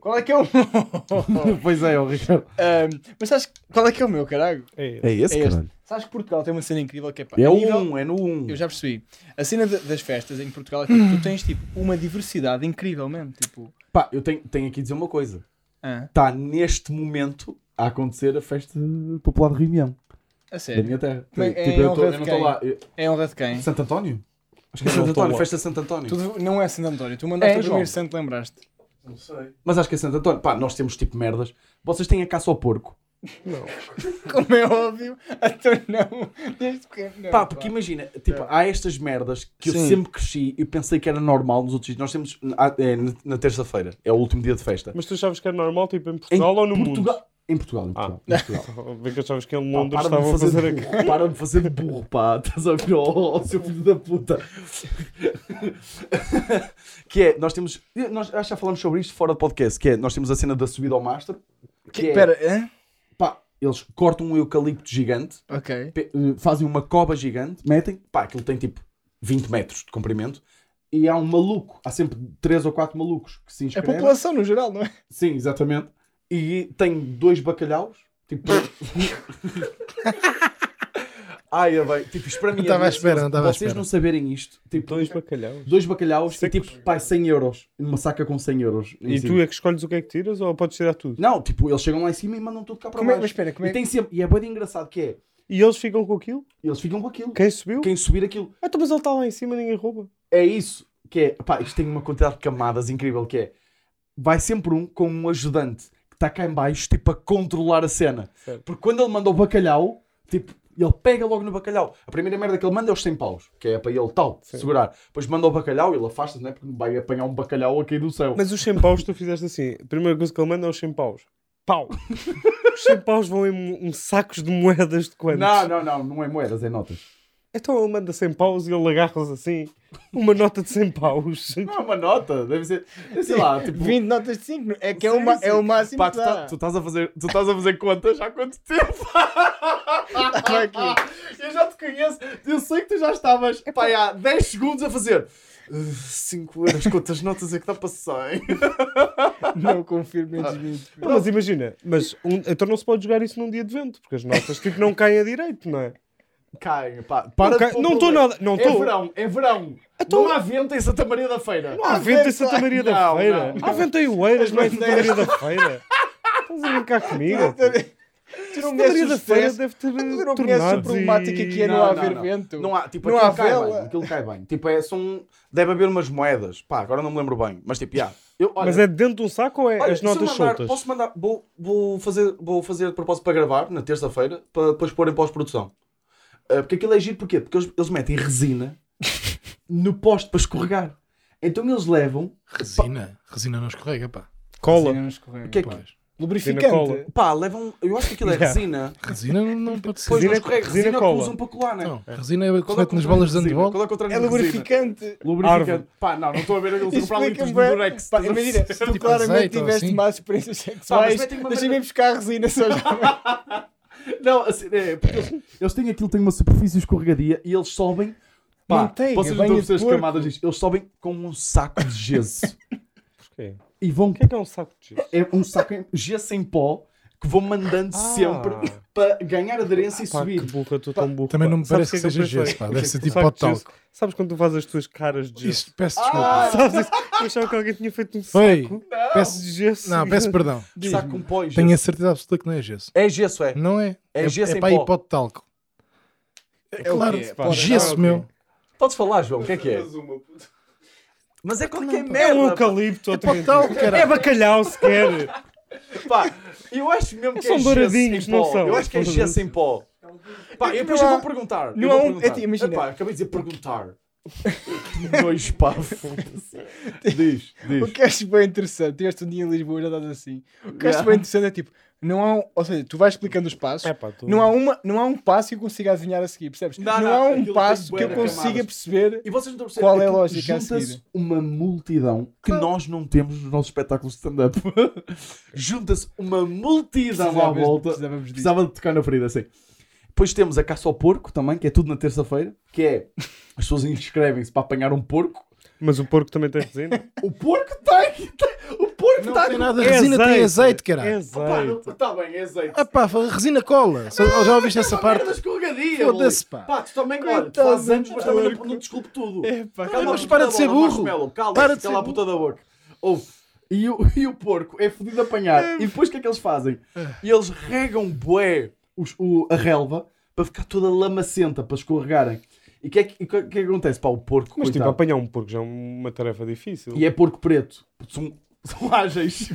Speaker 2: Qual é que é o meu?
Speaker 4: pois é, ó Ricardo.
Speaker 2: Ahm, mas sabes qual é que é o meu, caralho?
Speaker 1: É.
Speaker 4: É esse,
Speaker 2: É este.
Speaker 4: caralho.
Speaker 2: Sabes que Portugal tem uma cena incrível que é pá.
Speaker 4: É
Speaker 2: a
Speaker 4: o
Speaker 2: nível-
Speaker 4: 1, é no 1.
Speaker 2: Eu já percebi. A cena de- das festas em Portugal é que tu tens tipo uma diversidade incrível mesmo. Tipo.
Speaker 4: Pá, eu tenho, tenho aqui de dizer uma coisa.
Speaker 2: Ah,
Speaker 4: Está neste momento a acontecer a festa popular de Rimião,
Speaker 2: a
Speaker 4: da
Speaker 2: sério.
Speaker 4: minha terra. Tipo,
Speaker 2: Mas é
Speaker 4: eu,
Speaker 2: em
Speaker 4: tô- eu
Speaker 2: honra de
Speaker 4: não estou
Speaker 2: quem?
Speaker 4: lá. Eu-
Speaker 2: É honra de quem?
Speaker 4: Santo António? Acho que é
Speaker 1: Eu não
Speaker 4: Santo
Speaker 1: tô
Speaker 4: António,
Speaker 1: lá.
Speaker 4: festa de Santo António.
Speaker 2: Tu dev- não é Santo António. Tu mandaste
Speaker 4: É,
Speaker 2: o primeiro
Speaker 4: João.
Speaker 2: santo, lembraste.
Speaker 3: Não sei.
Speaker 4: Mas acho que é Santo António. Pá, nós temos tipo merdas. Vocês têm a caça ao porco.
Speaker 2: Como é óbvio. Então não. Desde que. é
Speaker 1: É
Speaker 2: Não,
Speaker 4: Pá, porque imagina, tipo, há estas merdas que eu
Speaker 2: Sim.
Speaker 4: sempre cresci e pensei que era normal nos outros dias. Nós temos ah, é, na- na terça-feira, é o último dia de festa.
Speaker 1: Mas tu achavas que era normal, tipo, em Portugal ou no
Speaker 4: Portugal- Em Portugal, em Portugal. em Portugal.
Speaker 1: Ah. mundo? Vê que achavas que em
Speaker 4: Pá,
Speaker 1: Londres
Speaker 4: para de
Speaker 1: estavam a fazer
Speaker 4: de
Speaker 1: aqui.
Speaker 4: burro, para de fazer de burro, pá. Estás a ouvir, ó, ó, seu filho da puta. que é, nós temos. Nós acho que já falamos sobre isto fora do podcast. Que é, nós temos a cena da subida ao Master. Que é,
Speaker 2: Espera, hã?
Speaker 4: pá, eles cortam um eucalipto gigante,
Speaker 2: Ok.
Speaker 4: pe- eh, fazem uma cova gigante, metem, pá, aquilo tem tipo 20 metros de comprimento. E há um maluco, há sempre 3 ou 4 malucos que se
Speaker 2: A
Speaker 4: inscrevem.
Speaker 2: população no geral, não é?
Speaker 4: Sim, exatamente. E tem dois bacalhaus. Tipo. Ai, eu bem. Tipo, isto para mim. é
Speaker 5: Estava à
Speaker 4: doce.
Speaker 5: espera, não estava à
Speaker 4: Vocês
Speaker 5: espera.
Speaker 4: não saberem isto. Tipo,
Speaker 1: Dois bacalhaus.
Speaker 4: dois bacalhaus
Speaker 1: Secos.
Speaker 4: e tipo, pai, 100 euros. Uma saca com 100 euros. em
Speaker 1: E
Speaker 4: cima.
Speaker 1: tu é que escolhes o que é que tiras ou podes tirar tudo?
Speaker 4: Não, tipo, eles chegam lá em cima e mandam tudo cá para
Speaker 2: Como é-
Speaker 4: baixo.
Speaker 2: mas espera, como é
Speaker 4: e, tem sempre... e é bem engraçado que é.
Speaker 1: E eles ficam com aquilo?
Speaker 4: Eles ficam com aquilo.
Speaker 1: Quem subiu?
Speaker 4: Quem subir aquilo.
Speaker 1: Ah, então, mas ele está lá em cima, ninguém rouba.
Speaker 4: É isso. Que é. Pá, isto tem uma quantidade de camadas incrível. Que é. Vai sempre um com um ajudante que está cá em baixo, tipo, a controlar a cena. Porque quando ele manda o bacalhau, tipo, ele pega logo no bacalhau. A primeira merda que ele manda é os 100 paus, que é para ele tal, segurar. Depois manda o bacalhau, ele afasta-se, não é? Porque vai apanhar um bacalhau a cair do céu.
Speaker 1: Mas os 100 paus tu fizeste assim. A primeira coisa que ele manda é os 100 paus. Pau! Os 100 paus vão em mo- um sacos de moedas de quantos?
Speaker 4: Não, não, não, não é moedas, é notas.
Speaker 1: Então ele manda 100 paus e ele agarra-os assim. Uma nota de 100 paus.
Speaker 4: Não é uma nota, deve ser, deve ser lá, tipo,
Speaker 2: 20 notas de 5 é que é, o ma- é o máximo
Speaker 4: pá,
Speaker 2: que
Speaker 4: tu,
Speaker 2: dá.
Speaker 4: tá- tu estás a fazer, tu estás a fazer contas há quanto tempo?
Speaker 2: Vai Tá aqui.
Speaker 4: Eu já te conheço, eu sei que tu já estavas, pá, há 10 segundos a fazer. 5 euros, quantas notas é que dá para 100? tá-
Speaker 2: Não confirmo menos 20.
Speaker 1: Não, mas imagina, mas um- então não se pode jogar isso num dia de vento, porque as notas tipo não caem a direito, não é?
Speaker 4: Caem, pá,
Speaker 1: Não
Speaker 4: para
Speaker 1: cai-
Speaker 4: de pôr
Speaker 1: não estou
Speaker 4: problema.
Speaker 1: nada, não
Speaker 4: É
Speaker 1: estou.
Speaker 4: verão, é verão.
Speaker 2: Então
Speaker 4: Não há vento em Santa Maria da Feira.
Speaker 1: Não há vento em Santa Maria da
Speaker 4: Não,
Speaker 1: Feira.
Speaker 4: não, não.
Speaker 1: Há vento em Oeiras, não é em Santa
Speaker 2: bandeiras.
Speaker 1: Maria da Feira. Estás a brincar comigo? pô?
Speaker 2: Tu não
Speaker 1: Santa
Speaker 2: me
Speaker 1: Maria
Speaker 2: deste
Speaker 1: da
Speaker 2: o
Speaker 1: Feira
Speaker 2: stress.
Speaker 1: deve
Speaker 4: é
Speaker 1: ter eh,
Speaker 2: Tu não conheces a
Speaker 1: tornados
Speaker 2: problemática que é
Speaker 1: e...
Speaker 2: não,
Speaker 4: Não,
Speaker 2: haver
Speaker 4: não, não.
Speaker 2: vento.
Speaker 4: Não há, tipo,
Speaker 2: Não
Speaker 4: aquilo
Speaker 2: há
Speaker 4: cai
Speaker 2: vela.
Speaker 4: bem. Aquilo cai bem. Tipo, é, são... Deve haver umas moedas. Pá, agora não me lembro bem. Mas tipo, já. Eu, olha,
Speaker 1: Mas é dentro de um saco ou é
Speaker 4: olha,
Speaker 1: as
Speaker 4: se eu
Speaker 1: notas
Speaker 4: mandar-
Speaker 1: soltas?
Speaker 4: Posso mandar... Vou, vou, fazer, vou fazer de propósito para gravar, na terça-feira, para depois pôr em pós-produção. Ah, porque aquilo é giro, porquê? Porque eles, eles metem resina no poste para escorregar. Então eles levam...
Speaker 5: Resina. Resina não escorrega, pá.
Speaker 1: Cola.
Speaker 4: O que é que-
Speaker 5: Pois.
Speaker 1: Cola.
Speaker 2: Lubrificante. É
Speaker 4: Pá, levam... Eu acho que aquilo é
Speaker 1: Yeah.
Speaker 4: resina.
Speaker 5: Resina é não, não pode ser.
Speaker 4: Pois
Speaker 1: Resina-
Speaker 4: não escorrega.
Speaker 1: resina
Speaker 4: Resina, que
Speaker 1: cola.
Speaker 4: usam para colar, não é?
Speaker 5: Não, resina é
Speaker 4: Qual é o
Speaker 5: corrente nas
Speaker 4: contrário
Speaker 5: bolas
Speaker 4: de
Speaker 5: de
Speaker 4: resina?
Speaker 5: handball.
Speaker 4: Qual é o contrário
Speaker 2: É
Speaker 4: de resina?
Speaker 2: lubrificante.
Speaker 4: Lubrificante.
Speaker 1: Árvore.
Speaker 4: Pá, não, não estou a ver aquele comprar litros de
Speaker 2: Explica-me bem.
Speaker 4: Durex.
Speaker 2: Pá,
Speaker 4: Estás a
Speaker 2: Imagina, se tu
Speaker 5: Tipo
Speaker 2: claramente
Speaker 5: azeite ou
Speaker 2: tiveste
Speaker 5: assim.
Speaker 2: más experiências
Speaker 4: Pá,
Speaker 2: sexuais,
Speaker 4: mas metem uma
Speaker 2: deixa-me
Speaker 4: maneira-
Speaker 2: buscar a resina só já.
Speaker 4: Não, assim, é, porque eles, eles têm aquilo, tem uma superfície escorregadia e eles sobem. Pá,
Speaker 2: Manteiga,
Speaker 4: vocês não estão a
Speaker 2: banha de
Speaker 4: perceber as
Speaker 2: porco.
Speaker 4: camadas disto. Eles sobem com um saco de gesso.
Speaker 1: Porquê?
Speaker 4: e vão.
Speaker 1: O que é que é um saco de gesso?
Speaker 4: É um saco em, gesso em pó que vão mandando
Speaker 1: Ah.
Speaker 4: sempre para ganhar aderência e
Speaker 1: Pá, que
Speaker 4: subir.
Speaker 1: burra, estou tão burro.
Speaker 5: Também
Speaker 1: pá.
Speaker 5: não me
Speaker 1: Sabes o
Speaker 5: parece que
Speaker 1: é eu
Speaker 5: seja
Speaker 1: pensei?
Speaker 5: gesso, pá. Deve ser tipo
Speaker 1: Saco
Speaker 5: hot
Speaker 1: de gesso.
Speaker 5: talk.
Speaker 1: Sabes quando tu fazes as tuas caras de é gesso?
Speaker 5: Isto, peço
Speaker 4: Ah,
Speaker 5: desculpa.
Speaker 1: Sabes isso? Eu achava que alguém tinha feito um saco
Speaker 5: Foi.
Speaker 1: de
Speaker 5: Peço...
Speaker 1: gesso.
Speaker 5: Não, peço perdão.
Speaker 4: Saco com pó e gesso.
Speaker 5: Tenho a certeza absoluta que não é gesso.
Speaker 4: É gesso, é.
Speaker 5: Não é.
Speaker 4: É gesso em
Speaker 5: para
Speaker 4: pó.
Speaker 5: hipotalco. É claro,
Speaker 2: quê? Pode-
Speaker 5: gesso,
Speaker 1: Ah, ok.
Speaker 5: meu.
Speaker 4: Podes falar, João, o que é que é?
Speaker 3: Mas uma, puto.
Speaker 4: Mas é qualquer
Speaker 1: É um
Speaker 4: merda. pá.
Speaker 1: eucalipto, outra vez.
Speaker 5: Hipotalco,
Speaker 1: É
Speaker 5: caralho.
Speaker 1: bacalhau sequer.
Speaker 4: Pá, eu acho mesmo que
Speaker 1: São
Speaker 4: é gesso
Speaker 1: douradinhos,
Speaker 4: em pó.
Speaker 1: não são?
Speaker 4: Eu acho que é gesso em pó. Pá, e
Speaker 1: É que
Speaker 4: depois
Speaker 1: não
Speaker 4: eu vou
Speaker 1: há-
Speaker 4: perguntar.
Speaker 2: não
Speaker 4: eu vou
Speaker 2: há um- é
Speaker 4: perguntar.
Speaker 2: que imagina-
Speaker 4: Epá, acabei de dizer perguntar. Que Nojo, pá, foda-se. Diz, diz.
Speaker 2: O que acho bem interessante, tiveste um dia em Lisboa e já estás assim. O que acho
Speaker 4: Yeah.
Speaker 2: bem interessante é tipo, não há um, ou seja, tu vais explicando os passos,
Speaker 1: É pá, tu...
Speaker 2: não, há uma, não há um passo que eu consiga adivinhar a seguir, percebes?
Speaker 4: Não,
Speaker 2: Não,
Speaker 4: não,
Speaker 2: há um
Speaker 4: aquilo tem
Speaker 2: passo que eu
Speaker 4: bué de
Speaker 2: consiga
Speaker 4: camadas.
Speaker 2: perceber.
Speaker 4: E vocês não estão a perceber
Speaker 2: Qual é a
Speaker 4: aquilo
Speaker 2: lógica a
Speaker 4: junta-se
Speaker 2: seguir?
Speaker 4: uma multidão que nós não temos nos nossos espetáculos de stand-up. junta-se uma multidão à
Speaker 2: Precisávamos-
Speaker 4: volta.
Speaker 2: precisávamos disso.
Speaker 4: Precisava de tocar na ferida, assim. Depois temos a caça ao porco também, que é tudo na terça-feira, que é as pessoas inscrevem-se para apanhar um porco.
Speaker 1: Mas o porco também tem resina.
Speaker 4: O porco tem! tem- o porco tá
Speaker 5: Não
Speaker 4: está
Speaker 5: tem nada. Resina tem azeite, caralho.
Speaker 4: Opa, não-
Speaker 1: É Azeite.
Speaker 4: Tá bem, é azeite.
Speaker 5: Ah pá, resina cola. Só- Já ouviste essa parte?
Speaker 4: Merda escorregadia,
Speaker 5: Foda-se,
Speaker 4: Loli.
Speaker 5: pá.
Speaker 4: Pá, tu também, olha, tu
Speaker 2: Coitado
Speaker 4: fazes
Speaker 2: do
Speaker 4: anos, mas também não,
Speaker 2: porco.
Speaker 4: não desculpe tudo.
Speaker 2: Epá,
Speaker 4: Cala a
Speaker 5: É, mas
Speaker 4: puta
Speaker 5: para
Speaker 4: da
Speaker 5: de ser
Speaker 4: boca,
Speaker 5: burro.
Speaker 4: marshmallow, Cala,
Speaker 5: Para de
Speaker 4: cala
Speaker 5: ser
Speaker 4: a puta da boca. Ouve. E o, e o porco é fodido a apanhar. E depois o que é que eles fazem? Eles regam bué os- o- a relva para ficar toda lamacenta, para escorregarem. E o que, é que, e que, que é que acontece? Pá, o porco,
Speaker 1: Mas tipo,
Speaker 4: coitado.
Speaker 1: apanhar um porco já é uma tarefa difícil.
Speaker 4: E é porco preto. São, são ágeis.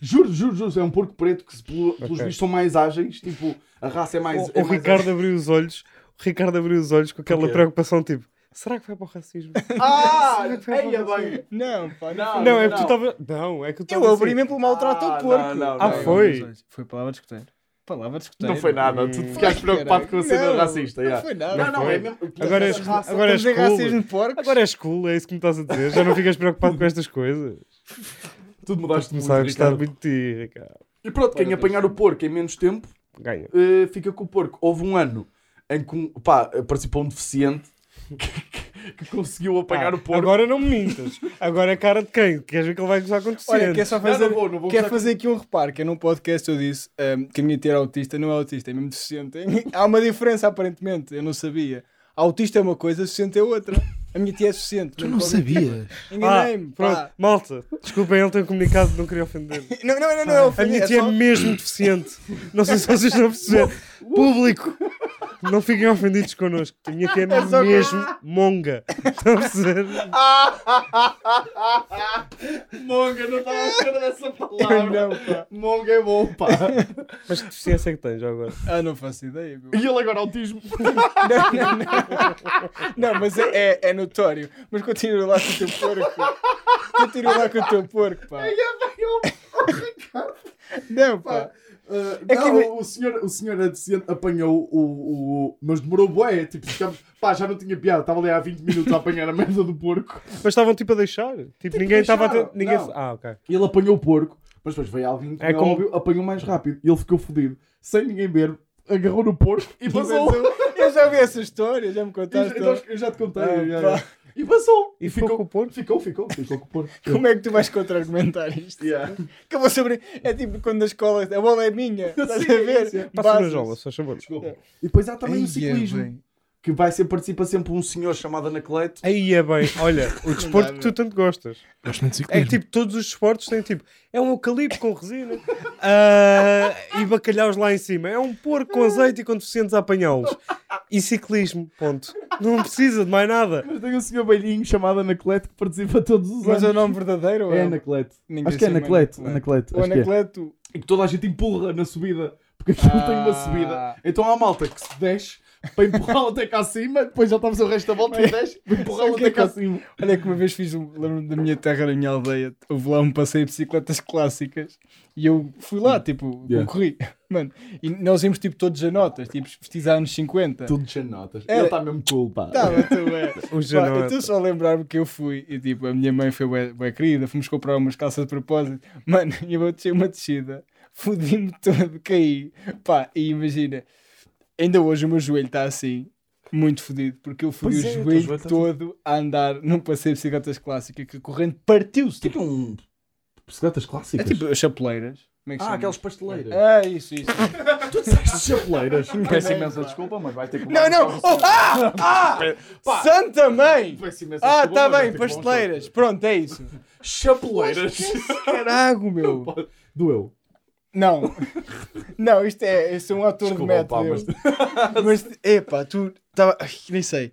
Speaker 4: juro, juro, juro. É um porco preto que, se pelo- pelos
Speaker 1: Ok.
Speaker 4: vistos, são mais ágeis. Tipo, a raça é mais.
Speaker 1: o
Speaker 4: é
Speaker 1: o
Speaker 4: mais
Speaker 1: Ricardo abriu os olhos, o Ricardo abriu os olhos com aquela
Speaker 4: Porquê?
Speaker 1: preocupação tipo, será que vai para o racismo?
Speaker 4: Ah!
Speaker 1: Será que foi
Speaker 4: Eia
Speaker 1: bom
Speaker 4: bem!
Speaker 2: Não, pá,
Speaker 4: Não,
Speaker 1: não, é que tu estava. Não, é que tu
Speaker 2: Eu
Speaker 1: tava assim.
Speaker 2: abri mesmo pelo maltrato
Speaker 4: Ah,
Speaker 2: ao porco.
Speaker 4: não, não,
Speaker 1: Ah, não. foi?
Speaker 2: Foi palavra de escuteiro. Palavra de escuteiro.
Speaker 4: Não foi nada, tu ficaste preocupado com a cena
Speaker 2: Não,
Speaker 4: racista.
Speaker 2: Não
Speaker 4: yeah.
Speaker 2: foi nada.
Speaker 4: Não, não,
Speaker 1: foi.
Speaker 4: é mesmo.
Speaker 1: Agora és-
Speaker 4: raça-
Speaker 1: agora és
Speaker 2: Estamos em
Speaker 1: cool.
Speaker 2: racismo de porcos.
Speaker 1: Agora és cool, é isso que me estás a dizer. Já não ficas preocupado com estas coisas.
Speaker 4: tudo mudaste muito,
Speaker 1: Começar a gostar
Speaker 4: Ricardo.
Speaker 1: muito de ti, Ricardo.
Speaker 4: E pronto, quem apanhar o porco em menos tempo
Speaker 1: Ganha.
Speaker 4: eh, fica com o porco. Houve um ano em que um- pá, participou um deficiente que, que- que conseguiu apanhar
Speaker 1: Ah,
Speaker 4: o porco.
Speaker 1: Agora não me mintas. Agora é cara de quem? Queres ver que ele vai gozar com deficiente?
Speaker 2: Olha, quer só
Speaker 4: Não,
Speaker 2: Tá fazer,
Speaker 4: não vou, não vou
Speaker 2: quer
Speaker 4: gozar
Speaker 2: fazer aqui um reparo, que eu num podcast eu disse ahm, que a minha tia era autista, não é autista, é mesmo deficiente. Há uma diferença aparentemente, eu não sabia. Autista é uma coisa, deficiente é outra. A minha tia é deficiente.
Speaker 5: Tu não sabias.
Speaker 1: Ah,
Speaker 2: Enganei-me,
Speaker 1: pronto.
Speaker 2: pá.
Speaker 1: Malta, desculpem, ele tem um comunicado, não queria ofender.
Speaker 2: Não, não, não, não, eu
Speaker 1: A
Speaker 2: falhei,
Speaker 1: minha
Speaker 2: é
Speaker 1: tia
Speaker 2: só-
Speaker 1: é mesmo deficiente. Não sei se vocês estão a perceber. Público, não fiquem ofendidos connosco. A minha tia é,
Speaker 2: só-
Speaker 1: mesmo monga. Estão a perceber?
Speaker 4: Monga, não tá estava à espera dessa
Speaker 2: Eu
Speaker 4: palavra.
Speaker 2: não, pá.
Speaker 4: Monga é bom, pá.
Speaker 1: Mas que deficiência é que tens já agora?
Speaker 2: Ah, não faço ideia, meu.
Speaker 4: E ele agora autismo.
Speaker 2: Não, não, não. Não, mas é, é, é notório. Mas continua lá com o teu porco. Continua lá com o teu porco, pá. Não, pá.
Speaker 4: Uh,
Speaker 2: É
Speaker 4: não,
Speaker 2: que-
Speaker 4: o, senhor, o senhor deficiente apanhou o, o- Mas demorou bué, tipo, ficamos... Pá, já não tinha piada, estava ali há 20 minutos a apanhar a merda do porco.
Speaker 1: Mas estavam tipo a deixar? Tipo, ninguém estava a
Speaker 4: deixaram.
Speaker 1: ter... ninguém...
Speaker 4: Não.
Speaker 1: Ah, ok.
Speaker 4: E ele apanhou o porco, mas depois veio alguém que,
Speaker 1: É
Speaker 4: é
Speaker 1: como-
Speaker 4: óbvio, apanhou mais rápido. E ele ficou fodido, sem ninguém ver, agarrou no porco e passou.
Speaker 2: Eu já vi essa história, já me contaste.
Speaker 4: eu, já, então, eu já te contei.
Speaker 2: "Tá, Ah,
Speaker 4: já-
Speaker 2: pá.
Speaker 4: E passou.
Speaker 1: E ficou com o porco?
Speaker 4: Ficou, ficou, ficou com o porco.
Speaker 2: Como é que tu vais contra-argumentar isto?
Speaker 4: Yeah.
Speaker 2: Que eu vou sobre. É tipo quando na escola. A bola é minha. Estás a ver? É.
Speaker 1: Passa na
Speaker 2: Bases.
Speaker 1: jola, se faz favor.
Speaker 4: Desculpa. E depois há também
Speaker 2: Ai,
Speaker 4: o ciclismo,
Speaker 2: é, bem.
Speaker 4: que vai ser, participa sempre um senhor chamado Anacleto.
Speaker 1: Aí é bem, olha, o desporto que tu tanto gostas.
Speaker 5: Gosto muito de
Speaker 1: É
Speaker 5: ciclismo.
Speaker 1: tipo, todos os esportes têm tipo, é um eucalipto com resina ah, e bacalhaus lá em cima. É um porco com azeite e com deficientes a apanhá-los. E ciclismo, ponto. Não precisa de mais nada.
Speaker 4: Mas tem um senhor velhinho chamado Anacleto que participa todos os
Speaker 2: Mas é o
Speaker 4: anos.
Speaker 2: nome verdadeiro? ou
Speaker 4: É Anacleto.
Speaker 2: Ninguém
Speaker 4: Acho que é
Speaker 2: sabe
Speaker 4: Anacleto.
Speaker 2: mais.
Speaker 4: Anacleto.
Speaker 2: O
Speaker 4: acho que é.
Speaker 2: Anacleto.
Speaker 4: E que toda a gente empurra na subida. Porque aquilo
Speaker 2: Ah.
Speaker 4: tem uma subida. Então há a malta que se desce para empurrá-la até cá acima, depois já está a fazer o resto da volta e desce para empurrá-la
Speaker 2: Sabe o que
Speaker 4: até
Speaker 2: é que
Speaker 4: cá
Speaker 2: eu-
Speaker 4: acima.
Speaker 2: Olha que uma vez fiz um. Lembro-me da minha terra, da minha aldeia. Houve lá um passeio de bicicletas clássicas. E eu fui lá, tipo,
Speaker 4: Yeah.
Speaker 2: concorri. Mano, e nós íamos, tipo, todos a notas, tipo, pesquisar anos 50.
Speaker 4: Tudo de notas.
Speaker 2: É.
Speaker 4: Ele está mesmo cool, pá.
Speaker 2: Estava, tu é.
Speaker 1: O
Speaker 2: Pá, eu
Speaker 1: Janota.
Speaker 2: estou só a lembrar-me que eu fui e tipo, a minha mãe foi bué, bué querida, fomos comprar umas calças de propósito. Mano, e eu desci uma descida, fodi-me todo, caí. Pá, e imagina, ainda hoje o meu joelho está assim, muito fodido, porque eu fui
Speaker 4: Pois
Speaker 2: o
Speaker 4: é, o teu
Speaker 2: joelho, assim.
Speaker 4: joelho tá
Speaker 2: todo a andar num passeio de bicicletas clássica que a corrente partiu-se. Tipo,
Speaker 4: Tipo um. Bicicletas
Speaker 2: é
Speaker 4: clássicas.
Speaker 2: tipo as chapeleiras. Como é que
Speaker 4: Ah,
Speaker 2: chama?
Speaker 4: aquelas pasteleiras.
Speaker 2: Ah, isso, isso.
Speaker 4: Tu disseste chapeleiras. Peço
Speaker 2: É,
Speaker 4: imensa desculpa, mas vai ter que. um
Speaker 2: não, não! Oh, ah! Ah!
Speaker 4: Pá.
Speaker 2: Santa mãe!
Speaker 4: Peço imensa
Speaker 2: Ah,
Speaker 4: desculpa,
Speaker 2: tá
Speaker 4: mas vai
Speaker 2: bem,
Speaker 4: ter que levar um
Speaker 2: pasteleiras. Pronto, é isso.
Speaker 4: choque. Chapeleiras.
Speaker 2: Carago, meu.
Speaker 4: Doeu.
Speaker 2: Não, não, isto é. Eu sou um ator
Speaker 4: Desculpa,
Speaker 2: de
Speaker 4: pá,
Speaker 2: método. eu. mas... epá, tu. Tava, ai, nem sei.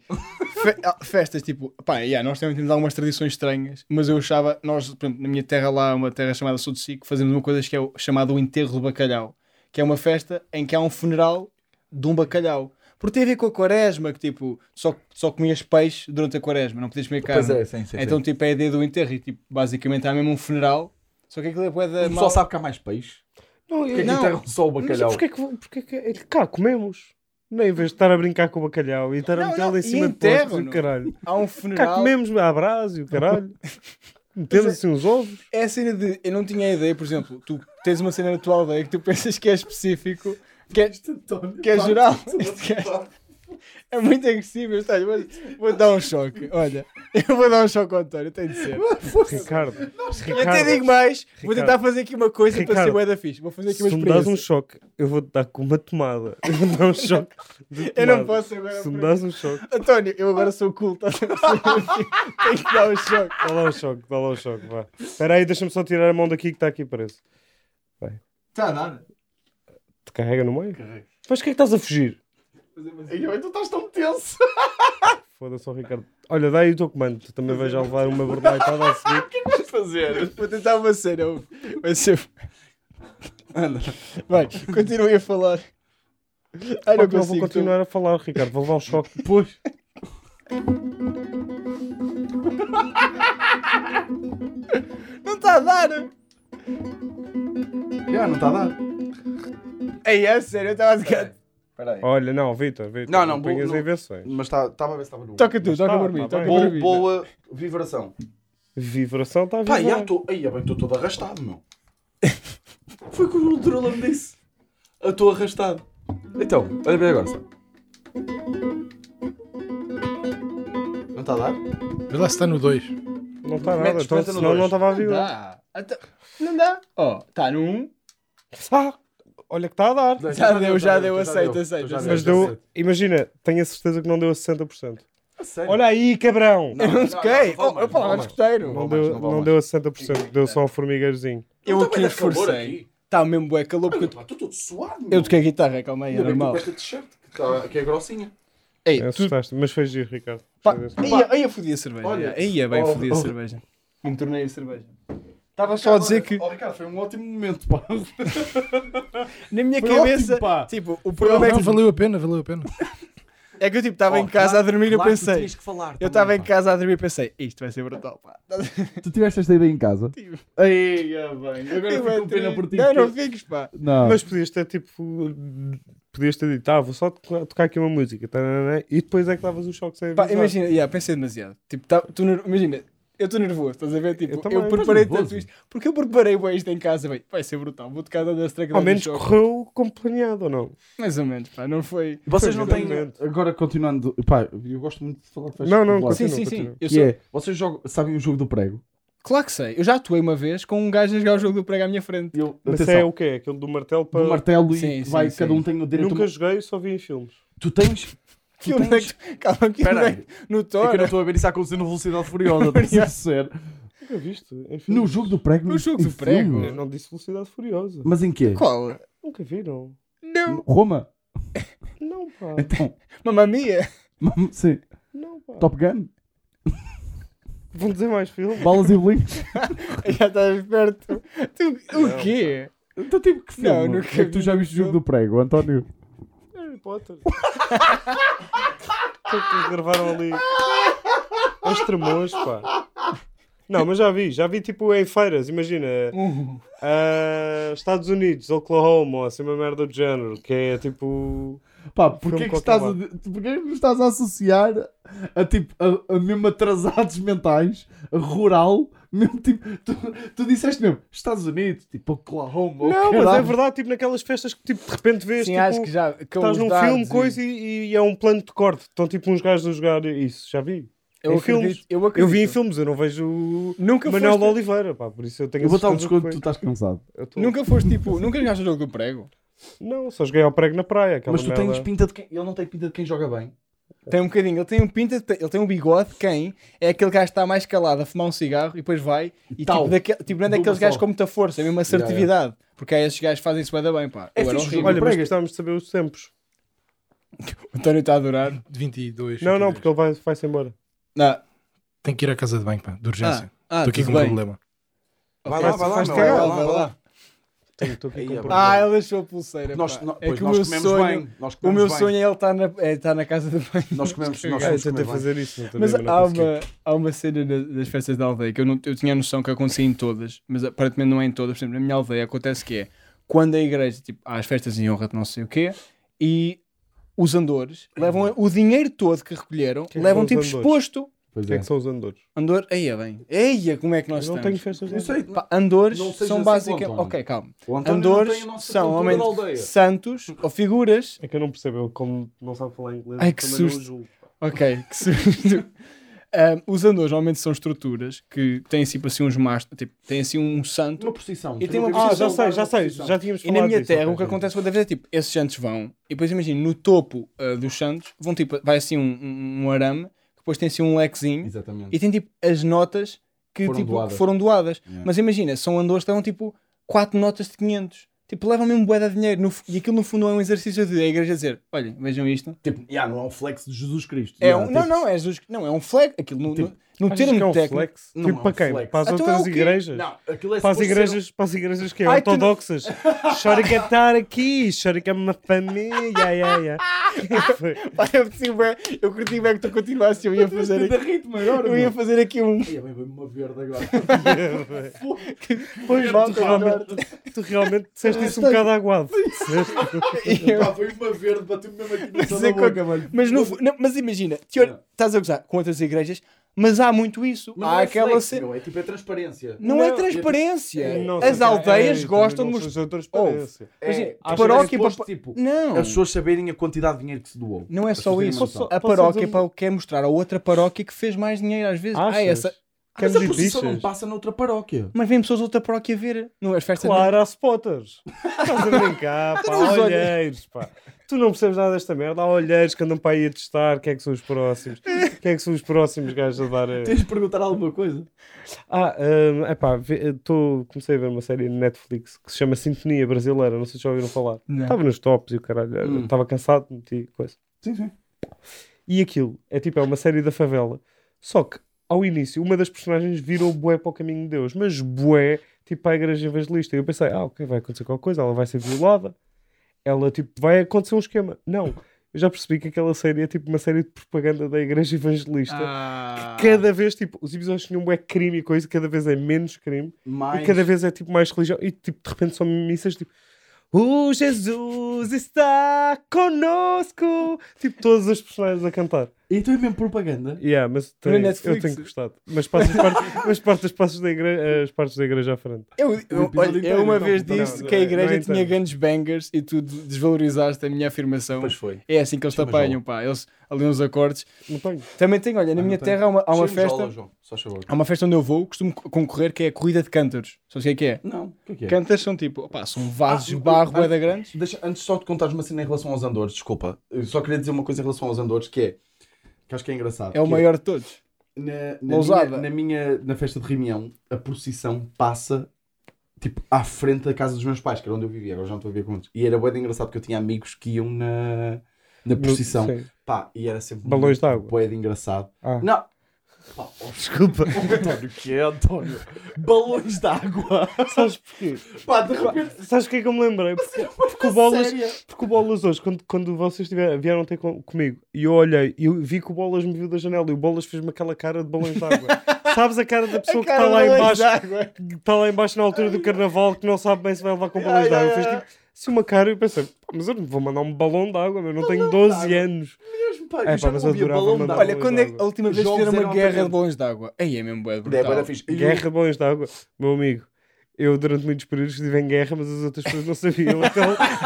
Speaker 2: Fe- ah, festas, tipo. Pá, yeah, nós também temos algumas tradições estranhas, mas eu achava. Nós, por exemplo, na minha terra lá, uma terra chamada Sul de Sico, fazemos uma coisa que é o- chamada o enterro do bacalhau, que é uma festa em que há um funeral de um bacalhau. Porque tem a ver com a quaresma, que tipo, só, só comias peixe durante a quaresma, não podias comer carne.
Speaker 4: Pois é, sim, sim.
Speaker 2: então,
Speaker 4: sim.
Speaker 2: tipo, é a ideia do enterro e, tipo, basicamente há mesmo um funeral. Só que aquilo é bué da
Speaker 4: o
Speaker 2: mal.
Speaker 4: pessoal sabe que há mais peixe.
Speaker 1: Não,
Speaker 4: Porque é
Speaker 1: eu,
Speaker 4: que
Speaker 2: Não.
Speaker 4: enterram só o
Speaker 1: mas
Speaker 4: bacalhau.
Speaker 1: porquê que, porquê que é que cá comemos? Não, em vez de estar a brincar com o bacalhau e estar a metê-lo
Speaker 2: Não, não,
Speaker 1: em
Speaker 2: e
Speaker 1: cima de
Speaker 2: enterram,
Speaker 1: postos e o
Speaker 2: não.
Speaker 1: caralho.
Speaker 2: Há um
Speaker 1: Cá
Speaker 2: funeral.
Speaker 1: comemos à brasa e o caralho. Metendo assim uns ovos.
Speaker 2: É a cena de. Eu não tinha ideia, por exemplo, tu tens uma cena na tua aldeia que tu pensas que é específico, que é, que é geral. Este gajo é muito agressivo. eu estou- vou, vou dar um choque. Olha, eu vou dar um choque ao António, tem de ser.
Speaker 1: Ricardo,
Speaker 2: é. Eu até digo mais, vou tentar fazer aqui uma coisa para
Speaker 1: Ricardo,
Speaker 2: ser bué da fixe. Vou fazer aqui uma
Speaker 1: se tu me dás
Speaker 2: experiência.
Speaker 1: um choque, eu vou-te dar com uma tomada. Eu vou dar um choque. de
Speaker 2: Eu
Speaker 1: tomada.
Speaker 2: não posso agora.
Speaker 1: Se me
Speaker 2: porque-
Speaker 1: dás um choque,
Speaker 2: António, eu agora sou cool, estás a perceber? Tenho que dar um choque.
Speaker 1: dá lá um choque, dá lá um choque, vá. Espera aí, deixa-me só tirar a mão daqui que está aqui preso.
Speaker 2: Está a dar.
Speaker 1: Te carrega no meio? Mas o que é que estás a fugir?
Speaker 4: E eu, tu estás tão tenso.
Speaker 1: Foda-se, ó, Ricardo. Olha, dá aí o teu comando. Tu também vais já levar uma bordaitada a seguir.
Speaker 4: O que vais fazer?
Speaker 2: Vou tentar uma cena. eu- Vai ser. Anda. Vai, continuem a falar. Ai, não
Speaker 1: Não, vou
Speaker 2: consigo.
Speaker 1: continuar a falar, Ricardo. Vou levar um choque.
Speaker 4: Pois.
Speaker 2: tu- Não está a dar.
Speaker 4: Já, não está a dar.
Speaker 2: Ei, é sério, eu estava a dizer.
Speaker 4: Espera aí.
Speaker 1: Olha, não, Vitor, Vitor.
Speaker 4: Não, não,
Speaker 1: ponhas
Speaker 4: vou-
Speaker 1: em versões.
Speaker 4: Mas tá- estava a ver se estava no.
Speaker 2: Toca tu, toca
Speaker 1: tá,
Speaker 2: por mim.
Speaker 1: tá
Speaker 2: Toca
Speaker 1: bem.
Speaker 2: por mim.
Speaker 4: Bo- boa vibração.
Speaker 1: Vibração está a
Speaker 4: Pá,
Speaker 2: é
Speaker 4: já
Speaker 1: vibrar.
Speaker 4: estou. Aí, é bem, estou todo arrastado, meu. Foi como o Drula me disse. Eu estou arrastado. Então, olha bem agora, sabe? Não está a dar?
Speaker 5: Vê lá se está no 2.
Speaker 1: Não está nada.
Speaker 4: Metes,
Speaker 1: Então,
Speaker 4: espeta no
Speaker 1: senão
Speaker 4: dois.
Speaker 1: não estava a
Speaker 2: Não
Speaker 1: vibrar.
Speaker 2: dá.
Speaker 4: Então,
Speaker 2: Até- Não dá. Ó, está num.
Speaker 1: Ah, olha que está a dar.
Speaker 2: Já deu, já deu, aceito, aceito, aceito.
Speaker 1: Mas deu, imagina, tenho a certeza que não deu a 60%.
Speaker 4: Olha,
Speaker 1: Olha aí, cabrão!
Speaker 4: Não,
Speaker 2: Eu não
Speaker 4: não,
Speaker 2: toquei.
Speaker 4: não, não vale
Speaker 2: Oh,
Speaker 4: mais,
Speaker 2: Eu falava
Speaker 4: não
Speaker 2: de
Speaker 4: vale
Speaker 2: escuteiro.
Speaker 4: mais.
Speaker 1: Não
Speaker 4: vale
Speaker 1: deu,
Speaker 4: não vale
Speaker 1: não
Speaker 4: mais. é.
Speaker 1: deu a 60%, deu só um formigueirozinho.
Speaker 2: Eu
Speaker 4: Então,
Speaker 2: aqui
Speaker 4: mas é calor
Speaker 2: esforcei.
Speaker 4: aqui.
Speaker 2: Está mesmo bué calor porque eu
Speaker 4: estou todo suado, meu.
Speaker 2: Eu toquei a guitarra, calma aí, é
Speaker 4: Ainda bem que estou
Speaker 2: normal.
Speaker 4: com esta t-shirt, que, tá- que é grossinha.
Speaker 2: Ei,
Speaker 1: É,
Speaker 2: tu...
Speaker 1: assustaste, mas foi giro, Ricardo.
Speaker 2: pá,
Speaker 1: Gostei desse.
Speaker 2: aí, aí, eu fodi a cerveja.
Speaker 4: Olha.
Speaker 2: aí é bem
Speaker 4: Oh,
Speaker 2: fodi a
Speaker 4: oh.
Speaker 2: cerveja. Me tornei a cerveja. Estava só a dizer que
Speaker 4: Oh, Ricardo, foi um ótimo momento, pá.
Speaker 2: na minha
Speaker 4: Foi
Speaker 2: cabeça,
Speaker 4: ótimo, pá.
Speaker 2: tipo, o problema é
Speaker 5: Não,
Speaker 2: que,
Speaker 5: valeu a pena, valeu a pena.
Speaker 2: é que eu tipo
Speaker 4: Oh,
Speaker 2: estava em casa a dormir e eu pensei. Eu estava em casa a dormir e pensei, isto vai ser brutal, pá.
Speaker 4: Tu tiveste esta ideia em casa?
Speaker 2: Tive.
Speaker 4: Aí, ah, bem. Agora
Speaker 2: Eu
Speaker 4: fico com
Speaker 2: entrei-
Speaker 4: pena por ti.
Speaker 2: Não, não
Speaker 4: porque-
Speaker 2: fiques, pá.
Speaker 4: Não.
Speaker 1: Mas podias ter tipo. Podias ter dito, ah, vou só tocar, tocar aqui uma música, tananã, e depois é que davas o choque sem
Speaker 2: Pá,
Speaker 1: avisar.
Speaker 2: imagina, yeah, pensei demasiado. Tipo, tá, tu ner- imagina, eu estou nervoso, estás a ver?
Speaker 1: Eu
Speaker 2: Tipo,
Speaker 1: também.
Speaker 2: eu, preparei
Speaker 4: Estás
Speaker 2: tanto
Speaker 4: nervoso?
Speaker 2: isto. Porque eu preparei bem isto em casa, bem, vai ser brutal. Vou tocar dando a strike
Speaker 1: Ao menos correu como planeado ou não?
Speaker 2: Mais ou menos, pá, não foi.
Speaker 4: Vocês
Speaker 1: Foi
Speaker 4: não têm.
Speaker 1: exatamente.
Speaker 4: Agora continuando. Pá, eu gosto muito de falar de festa.
Speaker 1: Não, não,
Speaker 4: popular.
Speaker 1: continua,
Speaker 2: sim, sim,
Speaker 1: continua.
Speaker 2: sim. Eu
Speaker 4: Que
Speaker 2: sou-
Speaker 4: é, vocês jogam, sabem o jogo do prego?
Speaker 2: Claro que sei. Eu já atuei uma vez com um gajo a jogar o jogo do prego à minha frente.
Speaker 4: Eu,
Speaker 1: Mas
Speaker 4: atenção,
Speaker 1: é o quê? Aquele do martelo para.
Speaker 4: do martelo e
Speaker 2: Sim, sim,
Speaker 4: vai,
Speaker 2: sim.
Speaker 4: cada um tem o direito.
Speaker 1: Nunca joguei, só vi em filmes.
Speaker 4: Tu tens.
Speaker 2: Que
Speaker 4: Tu
Speaker 2: onde é
Speaker 4: tens...
Speaker 2: que- Calma, que
Speaker 4: Espera
Speaker 2: onde é
Speaker 4: aí.
Speaker 2: que- no
Speaker 4: É que eu não
Speaker 2: Thor.
Speaker 4: estou a ver isso a acontecer no Velocidade Furiosa, tem que ser.
Speaker 1: Nunca viste? Em filmes.
Speaker 4: No jogo do prego.
Speaker 2: No
Speaker 4: em
Speaker 2: jogo do
Speaker 4: filme?
Speaker 2: prego?
Speaker 1: Eu não disse Velocidade Furiosa.
Speaker 4: Mas em quê?
Speaker 2: Qual?
Speaker 1: Nunca viram?
Speaker 2: Não.
Speaker 4: Roma?
Speaker 1: Não, pá.
Speaker 4: Então.
Speaker 2: Mamma mia.
Speaker 4: Sim.
Speaker 1: Não, pá.
Speaker 4: Top Gun?
Speaker 1: Vão dizer mais filmes?
Speaker 4: Balas e bolinhos?
Speaker 2: Já estás perto. Tu, o quê?
Speaker 4: Então tipo que filme?
Speaker 2: Não, nunca
Speaker 4: é que tu
Speaker 2: vi
Speaker 4: já viste o jogo do prego, António?
Speaker 1: Harry Potter. O que é que eles gravaram ali? Os tremores, pá. Não, mas já vi, já vi tipo em feiras, imagina.
Speaker 2: Uhum.
Speaker 1: ah, Estados Unidos, Oklahoma, ou assim uma merda do género, que é tipo.
Speaker 4: Pá, porquê
Speaker 1: Filme
Speaker 4: que, estás a,
Speaker 1: qualquer
Speaker 4: porquê que me estás a associar a tipo, a, a mesmo atrasados mentais, a rural, mesmo tipo, tu, tu disseste mesmo, Estados Unidos, tipo Oklahoma,
Speaker 1: Não, mas é
Speaker 4: caralho.
Speaker 1: verdade, tipo naquelas festas que tipo, de repente vês.
Speaker 2: Sim,
Speaker 1: tipo,
Speaker 2: acho que já. acabou
Speaker 1: Estás
Speaker 2: os
Speaker 1: num
Speaker 2: dados
Speaker 1: filme,
Speaker 2: e-
Speaker 1: coisa, e, e é um plano de corte. Estão tipo uns gajos a jogar isso, já vi.
Speaker 2: Eu
Speaker 1: em
Speaker 2: acredito,
Speaker 1: filmes.
Speaker 2: Eu, acredito.
Speaker 1: Eu vi em filmes, eu não vejo
Speaker 2: Nunca
Speaker 1: Manuel de
Speaker 2: foste-
Speaker 1: Oliveira, pá, por isso eu tenho
Speaker 4: Eu vou dar um
Speaker 1: certeza que
Speaker 4: desconto,
Speaker 1: foi.
Speaker 4: tu estás cansado.
Speaker 1: Eu tô-
Speaker 2: Nunca foste tipo. Nunca jogaste o jogo do prego?
Speaker 1: Não, só joguei ao prego na praia. aquela
Speaker 4: mas tu
Speaker 1: merda.
Speaker 4: tens pinta de quem. Ele não tem pinta de quem joga bem.
Speaker 2: Tem um bocadinho. Ele tem um pinta. de- Ele tem um bigode. Quem? É aquele gajo que está mais calado a fumar um cigarro e depois vai. E
Speaker 4: Tal.
Speaker 2: tipo, daquele, tipo não é
Speaker 4: Duma
Speaker 2: daqueles gajos
Speaker 4: só.
Speaker 2: com muita força, é mesmo
Speaker 4: Yeah,
Speaker 2: assertividade. Porque aí esses gajos fazem-se bué da bem, pá.
Speaker 4: É
Speaker 2: Eu era um
Speaker 4: fixe,
Speaker 2: horrível.
Speaker 1: Olha, mas
Speaker 4: Pregas.
Speaker 1: precisávamos de saber os tempos.
Speaker 2: O António está a adorar.
Speaker 5: De 22.
Speaker 1: Não, não,
Speaker 5: 22.
Speaker 1: porque ele vai- vai-se embora.
Speaker 2: Não.
Speaker 5: Tenho que ir à casa de banho, pá, de
Speaker 2: Ah,
Speaker 5: urgência.
Speaker 2: ah,
Speaker 5: Estou aqui
Speaker 2: tudo
Speaker 5: com um
Speaker 2: bem.
Speaker 5: problema.
Speaker 4: Vai
Speaker 1: lá,
Speaker 4: lá,
Speaker 1: vai
Speaker 4: vai
Speaker 1: lá,
Speaker 4: lá,
Speaker 1: meu, vai lá,
Speaker 2: vai lá.
Speaker 1: Tenho, estou aqui
Speaker 4: Aí
Speaker 1: com
Speaker 4: é
Speaker 1: um problema.
Speaker 2: Ah, ele deixou a pulseira.
Speaker 4: Nós,
Speaker 2: pá.
Speaker 4: no-
Speaker 2: é
Speaker 4: pois,
Speaker 2: que o
Speaker 4: nós
Speaker 2: meu
Speaker 4: comemos
Speaker 2: sonho.
Speaker 4: bem. Nós
Speaker 2: O
Speaker 4: comemos
Speaker 2: meu
Speaker 4: bem.
Speaker 2: sonho é ele estar na, é estar na casa de banho.
Speaker 4: Nós comemos, nós
Speaker 1: Ah, eu
Speaker 4: comemos
Speaker 1: tentei
Speaker 4: bem.
Speaker 1: fazer isso. não
Speaker 2: Mas
Speaker 1: também é não
Speaker 2: há
Speaker 1: consegui.
Speaker 2: uma, há uma cena na- das festas da aldeia que eu, não, eu tinha a noção que acontecia em todas, mas aparentemente não é em todas. Por exemplo, na minha aldeia acontece que é quando a igreja, tipo, há as festas em honra de não sei o quê, e os andores levam o dinheiro todo que recolheram,
Speaker 1: Uhum. Quem
Speaker 2: levam
Speaker 1: são
Speaker 2: tipo
Speaker 1: os andores?
Speaker 2: exposto.
Speaker 4: Pois
Speaker 1: Quem é que são os andores?
Speaker 2: Andor, eia bem, eia, como é que nós
Speaker 1: Eu não tenho
Speaker 2: estamos?
Speaker 1: festas de
Speaker 4: Não sei.
Speaker 2: Pá, andores
Speaker 4: Não sejas
Speaker 2: são
Speaker 4: assim,
Speaker 2: basicamente.
Speaker 4: António.
Speaker 2: Ok, calma.
Speaker 4: O António Então, não
Speaker 2: Andores
Speaker 4: tem a nossa
Speaker 2: são
Speaker 4: cultura da
Speaker 2: homens
Speaker 4: aldeia.
Speaker 2: santos ou figuras.
Speaker 1: É que eu não percebo, eu como não sabe falar inglês,
Speaker 2: Ai, que
Speaker 1: também não
Speaker 2: susto.
Speaker 1: julgo.
Speaker 2: Ok, que susto. Ah, os andores normalmente são estruturas que têm tipo assim uns mastros, tipo, têm assim um santo.
Speaker 4: Uma procissão.
Speaker 2: E tem uma
Speaker 1: Ah, já
Speaker 2: Posição,
Speaker 1: sei, já sei, já tínhamos
Speaker 2: E
Speaker 1: falado
Speaker 2: na minha
Speaker 1: disso,
Speaker 2: terra
Speaker 1: ok,
Speaker 2: o que
Speaker 1: já.
Speaker 2: acontece quando vez é tipo, esses santos vão, e depois imagina, no topo ah, dos santos vão tipo, vai assim um, um- um arame, que depois tem assim um lequezinho,
Speaker 4: Exatamente.
Speaker 2: e tem tipo as notas que
Speaker 4: Foram
Speaker 2: tipo,
Speaker 4: doadas.
Speaker 2: que foram doadas.
Speaker 4: Yeah.
Speaker 2: Mas imagina, são andores que levam tipo 4 notas de 500. Tipo, levam mesmo bué de dinheiro. no fu- e aquilo no fundo é um exercício de a igreja dizer: olhem, vejam isto.
Speaker 4: Tipo, yeah, não é um flex de Jesus Cristo.
Speaker 2: É
Speaker 4: Yeah,
Speaker 2: um,
Speaker 4: tipo,
Speaker 2: não, não, é Jesus. Não, é um flag. Aquilo no,
Speaker 4: Tipo,
Speaker 2: no, no
Speaker 1: Achas que é
Speaker 2: termo
Speaker 1: um
Speaker 2: técnico.
Speaker 1: flex?
Speaker 4: Não
Speaker 1: tipo,
Speaker 4: é um
Speaker 1: para quem?
Speaker 4: flex.
Speaker 1: Para as
Speaker 2: Então é
Speaker 1: outras
Speaker 2: o quê?
Speaker 1: igrejas?
Speaker 4: Não, aquilo é
Speaker 1: Para as
Speaker 4: suposto ser
Speaker 1: igrejas, para as igrejas que é
Speaker 2: um- Ai, tu não-
Speaker 1: ortodoxas. Choricatar aqui, choricar uma família, ia, ia.
Speaker 2: Pá, eu, curti bué- eu curti bem que tu continuasse. Eu ia fazer
Speaker 4: um- Da
Speaker 2: aqui,
Speaker 4: ritmo agora.
Speaker 2: eu ia
Speaker 4: meu.
Speaker 2: fazer aqui um.
Speaker 4: Ai, bem, bem, uma verde agora.
Speaker 1: Pois
Speaker 4: Malta,
Speaker 1: tu realmente, tu realmente disseste isso um bocado aguado. Disseste.
Speaker 4: tipo, Pá, foi uma verde, bateu-me mesmo aqui no
Speaker 2: Mas
Speaker 4: céu
Speaker 2: é
Speaker 4: da boca,
Speaker 2: qualquer-
Speaker 4: mano.
Speaker 2: Mas, no, fu- não, mas imagina, teor-
Speaker 4: Yeah.
Speaker 2: estás a gozar com outras igrejas, mas há muito isso.
Speaker 4: Mas
Speaker 2: há
Speaker 4: não é
Speaker 2: aquela
Speaker 4: flex,
Speaker 2: cena.
Speaker 4: meu, É tipo, é transparência.
Speaker 2: Não, é
Speaker 4: Não,
Speaker 2: transparência.
Speaker 4: é-
Speaker 1: Não,
Speaker 2: As
Speaker 1: sei,
Speaker 2: aldeias
Speaker 1: é,
Speaker 2: gostam de
Speaker 1: também não
Speaker 2: mostrar.
Speaker 1: sou transparência.
Speaker 2: Imagina,
Speaker 4: acho que
Speaker 2: paróquia
Speaker 4: é suposto,
Speaker 2: para-
Speaker 4: tipo,
Speaker 2: Não.
Speaker 4: As pessoas saberem a quantidade de dinheiro que se doou.
Speaker 2: Não é
Speaker 4: As
Speaker 2: só
Speaker 4: pessoas
Speaker 2: isso.
Speaker 4: têm noção.
Speaker 2: A
Speaker 1: Posso dizer
Speaker 2: paróquia
Speaker 1: um-
Speaker 2: pá, quer mostrar a outra paróquia que fez mais dinheiro às vezes. Ah,
Speaker 1: Achas?
Speaker 2: essa...
Speaker 1: Que
Speaker 4: Mas a
Speaker 1: me
Speaker 4: procissão
Speaker 1: dizes?
Speaker 4: não passa noutra paróquia.
Speaker 2: Mas vêm pessoas de outra paróquia ver. Não, é? as festas
Speaker 1: Claro, há spotters. Estás a brincar, pá.
Speaker 2: Mas
Speaker 1: Há
Speaker 2: olha-
Speaker 1: olheiros, pá. Tu não percebes nada desta merda. Há olheiros que andam para aí a testar. Quem é que são os próximos? Quem é que são os próximos gajos a dar. eh?
Speaker 4: Tens de perguntar alguma coisa.
Speaker 1: Ah, hum, epá, ve- eh, tô, comecei a ver uma série na Netflix que se chama Sintonia Brasileira. Não sei se já ouviram falar.
Speaker 2: Não.
Speaker 1: Estava nos tops e o caralho.
Speaker 4: Hum.
Speaker 1: Estava cansado, meti coisa.
Speaker 4: Sim, sim.
Speaker 1: E aquilo é tipo, é uma série da favela. Só que, ao início, uma das personagens virou bué para o caminho de Deus, mas bué, tipo, para a igreja evangelista. E eu pensei, ah, ok, vai acontecer qualquer coisa, ela vai ser violada, ela, tipo, vai acontecer um esquema. Não, eu já percebi que aquela série é tipo uma série de propaganda da igreja evangelista.
Speaker 2: Ah.
Speaker 1: Cada vez, tipo, os episódios tinham bué crime e coisa, cada vez é menos crime. E
Speaker 4: Mas...
Speaker 1: cada vez é tipo mais religião. E tipo, de repente são missas tipo. O Jesus está conosco! Tipo, todas as personagens a cantar.
Speaker 4: Então é mesmo propaganda.
Speaker 1: Yeah, mas
Speaker 2: Na
Speaker 1: tem-
Speaker 2: Netflix.
Speaker 1: eu tenho gostado. Mas passa as partes, mas passa as partes da igreja, as partes da igreja à frente.
Speaker 2: Eu,
Speaker 4: O
Speaker 2: eu,
Speaker 4: episódio
Speaker 2: olha,
Speaker 4: inteiro,
Speaker 2: eu uma
Speaker 4: então,
Speaker 2: vez
Speaker 4: então,
Speaker 2: disse
Speaker 1: não,
Speaker 2: que a
Speaker 1: não é
Speaker 2: igreja tinha
Speaker 1: inteiro.
Speaker 2: grandes bangers e tu desvalorizaste a minha afirmação.
Speaker 4: Pois foi.
Speaker 2: É assim que eles te
Speaker 4: Chama João.
Speaker 2: apanham, pá. Eles ali uns acordes.
Speaker 1: Não tenho.
Speaker 2: Também tem, olha, na
Speaker 4: Ah,
Speaker 2: minha
Speaker 4: não tem.
Speaker 2: terra há uma, há uma
Speaker 4: Chega-me já
Speaker 2: festa.
Speaker 4: lá, João, Só chegou.
Speaker 2: Há uma festa onde eu vou, costumo co- concorrer, que é a corrida de cântaros. Só sei o que é.
Speaker 4: Não, o que é que é?
Speaker 2: Cântaros são tipo, opá, são vasos de
Speaker 4: Ah,
Speaker 2: barro,
Speaker 4: ah,
Speaker 2: boeda grandes.
Speaker 4: Deixa- antes só de contares uma cena em relação aos Andores, desculpa. Eu só queria dizer uma coisa em relação aos Andores que é. que acho que é engraçado.
Speaker 2: É o
Speaker 4: que
Speaker 2: maior de todos.
Speaker 4: Na, na
Speaker 2: Lousada.
Speaker 4: minha, na minha- na festa de Rimião, a procissão passa tipo à frente da casa dos meus pais, que era onde eu vivia, agora já não estou a viver com eles. E era bem engraçado porque eu tinha amigos que iam na, na procissão.
Speaker 1: Sim.
Speaker 4: Pá, e era sempre
Speaker 1: Balões de água.
Speaker 4: bué de engraçado.
Speaker 1: Ah.
Speaker 4: Não. Pá, oh,
Speaker 1: Desculpa.
Speaker 4: oh, António, que é, António? Balões de água.
Speaker 1: Sabes porquê?
Speaker 4: Pá, de repente.
Speaker 1: Sabes o que é que eu me lembrei? Porque, porque o Bolas, porque o Bolas hoje, quando, quando vocês tiver, vieram ter com- comigo e eu olhei e eu vi que o Bolas me viu da janela e o Bolas fez-me aquela cara de balões de água. Sabes a cara da pessoa que está lá embaixo que está lá embaixo na altura do carnaval que não sabe bem se vai levar com balões
Speaker 4: Ai,
Speaker 1: de água.
Speaker 4: ai,
Speaker 1: Fez
Speaker 4: ai.
Speaker 1: tipo, assim uma cara e eu pensei, "Pá, mas eu não vou mandar um balão de água, meu, não tenho 12
Speaker 4: d'água.
Speaker 1: anos.
Speaker 4: Mesmo, pá,
Speaker 1: É,
Speaker 4: eu já
Speaker 1: pá, mas
Speaker 4: não ouvia
Speaker 1: adorava
Speaker 4: balão de
Speaker 1: mandar
Speaker 4: água.
Speaker 2: Olha, quando é que a última vez
Speaker 4: Jogos
Speaker 2: fizeram
Speaker 4: eram
Speaker 2: uma guerra de
Speaker 4: apanhados.
Speaker 2: balões de água? Aí é mesmo bué
Speaker 4: É, bué da
Speaker 2: brutal.
Speaker 4: fixe. E o-
Speaker 1: Guerra de balões de água, meu amigo. Eu durante muitos períodos estive em guerra, mas as outras pessoas não sabiam até,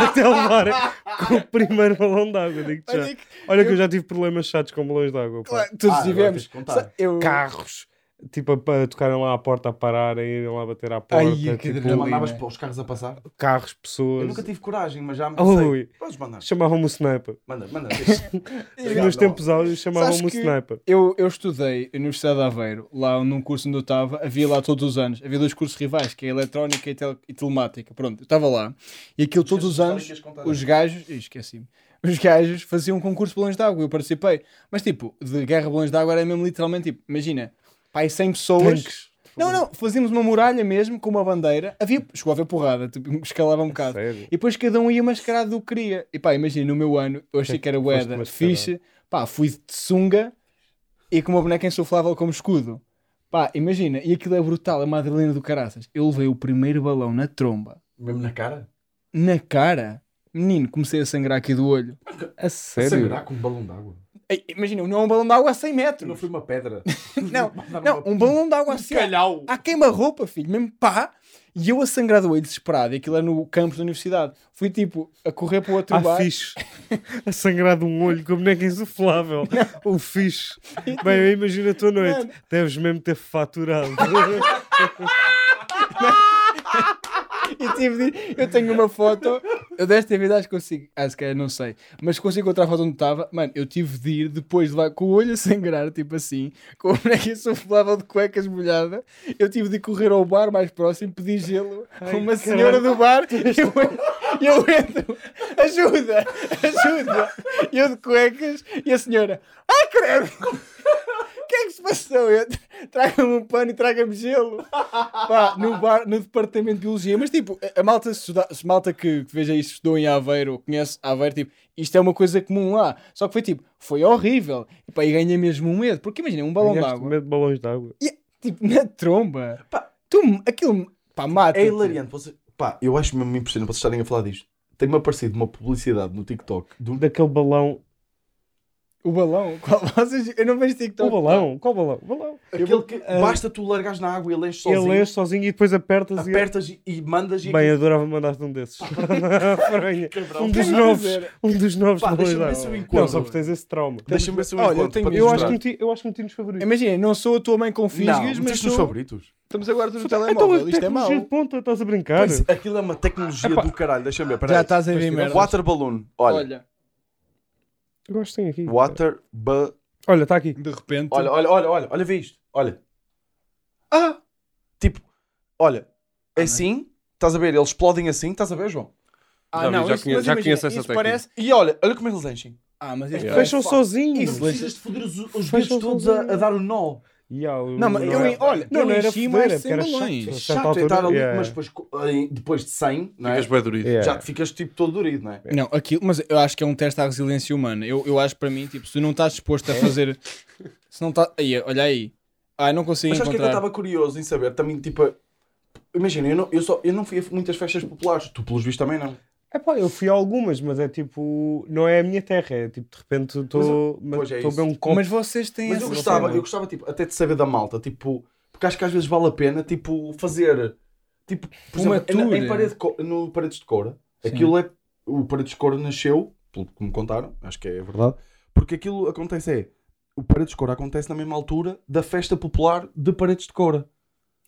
Speaker 1: até levar com o primeiro balão de água. Digo-te já.
Speaker 2: Olha que-
Speaker 1: Olha que eu já tive problemas chatos com balões de água. pá.
Speaker 2: claro, todos
Speaker 4: Ah, agora tens
Speaker 2: tivemos.
Speaker 4: de contar.
Speaker 2: Sa- Eu...
Speaker 1: Carros, tipo, para tocarem lá à porta a parar, a irem lá bater à porta.
Speaker 2: Ai, que
Speaker 1: tipo,
Speaker 4: Tu
Speaker 2: adrenalina.
Speaker 4: mandavas para os carros a passar?
Speaker 1: carros,
Speaker 4: Eu
Speaker 1: pessoas.
Speaker 4: nunca tive coragem, mas já me
Speaker 1: Ui.
Speaker 4: passei. Podes mandar.
Speaker 1: Chamavam-me o sniper.
Speaker 4: Manda, manda. deixa. Obrigado,
Speaker 1: Nos tempos áureos
Speaker 2: Sabes
Speaker 1: chamavam-me o
Speaker 2: que- um
Speaker 1: sniper.
Speaker 2: Eu, eu estudei na Universidade de Aveiro, lá num curso onde eu estava, havia lá todos os anos, havia dois cursos rivais, que é eletrónica e, tel- e telemática. Pronto, eu estava lá e aquilo todos os
Speaker 4: História
Speaker 2: anos,
Speaker 4: que ias contar.
Speaker 2: os gajos, Ih, esqueci-me, os gajos faziam um concurso de balões de água, eu participei. Mas tipo, de guerra de balões de água era mesmo literalmente tipo, imagina, pai 100 pessoas,
Speaker 1: Tanques.
Speaker 2: Não, não, fazíamos uma muralha mesmo com uma bandeira. Havia, chegou a haver porrada, tipo, escalava um bocado.
Speaker 1: Sério?
Speaker 2: E depois cada um ia mascarado do que queria. E pá, imagina, no meu ano, eu achei
Speaker 1: Que-
Speaker 2: que era
Speaker 1: foste
Speaker 2: Ueda,
Speaker 1: mascarado.
Speaker 2: fixe. Pá, fui de sunga e com uma boneca insuflável como escudo. Pá, imagina, e aquilo é brutal, é uma adrenalina do caraças. Eu levei o primeiro balão na tromba,
Speaker 4: Mesmo na cara?
Speaker 2: na cara. Menino, comecei a sangrar aqui do olho.
Speaker 1: A sério?
Speaker 4: Sangrar com um balão d'água.
Speaker 2: Ei, imagina, não é um balão de água a 100
Speaker 4: Não
Speaker 2: metros.
Speaker 4: foi uma pedra.
Speaker 2: Não, não, um balão de água a 100
Speaker 4: calhau.
Speaker 2: à queima-roupa, filho, mesmo pá. E eu a sangrar do olho desesperado, e aquilo era no campus da universidade. Fui tipo a correr para o outro
Speaker 1: Ah,
Speaker 2: bar.
Speaker 1: fixe. A sangrar de um olho com a boneca insuflável. O fixe. Bem, eu imagino a tua noite.
Speaker 2: Mano.
Speaker 1: Deves mesmo ter faturado.
Speaker 2: E tive de- eu tenho uma foto, eu desta vez acho que consigo, acho que é, não sei, mas consigo encontrar a foto onde estava. Mano, eu tive de ir depois de lá com o olho a sangrar, tipo assim, com a boneca insuflável de cuecas molhada. Eu tive de correr ao bar mais próximo, pedir gelo a uma senhora do bar e eu, en- e eu entro, ajuda, ajuda. E eu de cuecas e a senhora, ai credo, o que é que se passou? Eu, Traga-me um pano e traga-me gelo. Pá, no, bar, no departamento de biologia. Mas tipo, a a malta, se estuda- se malta que, que veja isto, estudou em Aveiro, ou conhece Aveiro, tipo, isto é uma coisa comum lá. Só que foi tipo, foi horrível. E pá, e ganhei mesmo um medo. Porque imagina, um balão de
Speaker 1: Ganhaste
Speaker 2: água,
Speaker 1: medo de balões de água.
Speaker 2: tipo, na tromba.
Speaker 4: Pá.
Speaker 2: Tu, aquilo, pá, mata.
Speaker 4: É hilariante. Vocês... Pá, eu acho mesmo impressionante vocês estarem a falar disto. Tem-me aparecido uma publicidade no TikTok. de um-
Speaker 1: Daquele balão.
Speaker 2: O balão, qual vocês, eu não vejo
Speaker 1: Qual
Speaker 2: TikTok.
Speaker 1: balão? Qual balão? Balão.
Speaker 4: Aquele que
Speaker 2: eh,
Speaker 4: basta tu largares na água e ele enche sozinho.
Speaker 1: Ele enche sozinho e depois apertas e
Speaker 4: Apertas e, e mandas e...
Speaker 1: Bem, adorava mandar-te um desses. Fronha. um dos novos. Um dos novos
Speaker 4: Pá,
Speaker 1: balões
Speaker 4: deixa-me
Speaker 1: de
Speaker 4: ver se eu
Speaker 1: água.
Speaker 4: encontro.
Speaker 1: Não, só porque tens esse trauma.
Speaker 4: Deixa-me ver se eu
Speaker 2: Olha, eu
Speaker 4: encontro.
Speaker 2: tenho
Speaker 4: para
Speaker 2: medo.
Speaker 1: Eu
Speaker 4: te
Speaker 1: acho, que
Speaker 4: mostrar.
Speaker 1: meti, eu acho que meti nos favoritos.
Speaker 2: Imagina, não sou a tua mãe com
Speaker 4: Não,
Speaker 2: fisgas, mas
Speaker 4: meteste nos
Speaker 2: sou...
Speaker 4: favoritos.
Speaker 2: Estamos a guardar no
Speaker 1: então,
Speaker 2: telemóvel, isto é mau.
Speaker 1: tecnologia de ponta, estás a brincar?
Speaker 4: Pois, aquilo é uma tecnologia do caralho. Deixa-me ver. Peraí.
Speaker 2: Já estás a ver merda.
Speaker 4: tipo, Water balloon. Olha.
Speaker 2: Olha,
Speaker 1: Eu gosto tem aqui.
Speaker 4: Water ba...
Speaker 1: Olha, está aqui.
Speaker 2: de repente...
Speaker 4: Olha, olha, olha, olha. Olha, vê isto. Olha. Ah! Tipo, olha. É assim. Estás a ver? Eles explodem assim. Estás a ver, João?
Speaker 2: Ah,
Speaker 3: Já vi,
Speaker 2: não,
Speaker 3: já
Speaker 2: isso-
Speaker 3: conheço-
Speaker 2: mas
Speaker 3: já
Speaker 2: imagina,
Speaker 3: conheço essa
Speaker 2: isso
Speaker 3: técnica.
Speaker 2: parece...
Speaker 4: E olha, olha como é eles enchem.
Speaker 2: Ah, mas isto
Speaker 3: Yeah.
Speaker 1: Fecham sozinhos.
Speaker 2: Isso.
Speaker 4: precisas de foder os, os
Speaker 1: Fecham sozinho.
Speaker 4: dar o nó.
Speaker 1: Ya, o-
Speaker 2: Não, mas eu,
Speaker 1: era-
Speaker 2: olha,
Speaker 1: não,
Speaker 2: eu
Speaker 1: não era
Speaker 2: enchi
Speaker 1: foder,
Speaker 2: mais
Speaker 1: era
Speaker 2: 100
Speaker 1: porque era chato.
Speaker 2: balões.
Speaker 1: A certa
Speaker 4: Chato é
Speaker 1: altura-
Speaker 4: estar ali,
Speaker 1: Yeah,
Speaker 4: mas
Speaker 1: yeah.
Speaker 4: depois, co- aí, depois de 100, não é?
Speaker 3: Ficas bem durido.
Speaker 1: Yeah.
Speaker 4: já te ficas tipo todo dorido, não é?
Speaker 2: Não, aquilo, mas eu acho que é um teste à resiliência humana. Eu, eu acho para mim, tipo, se tu não estás disposto a fazer. Se não estás. Aí, olha aí. Ah, não consigo
Speaker 4: Mas acho que é que eu
Speaker 2: encontrar.
Speaker 4: estava curioso em saber também, tipo. Imagina, eu não, eu, só, eu não fui a muitas festas populares, tu pelos vistos também não.
Speaker 1: Epá, É eu fui a algumas, mas é tipo. Não é a minha terra, é tipo, de repente estou
Speaker 4: pois é
Speaker 1: a
Speaker 4: isso.
Speaker 1: ver um copo.
Speaker 2: Mas vocês têm
Speaker 4: Mas
Speaker 2: essa
Speaker 4: eu gostava,
Speaker 2: cena.
Speaker 4: eu gostava tipo, até de saber da malta, tipo, porque acho que às vezes vale a pena tipo, fazer tipo, por
Speaker 2: Uma
Speaker 4: exemplo, em-
Speaker 2: tour.
Speaker 4: em parede, de co- no Paredes de Coura, aquilo é o Paredes de Coura nasceu, pelo que me contaram, acho que é verdade, porque aquilo acontece é o Paredes de Coura acontece na mesma altura da festa popular de Paredes de Coura.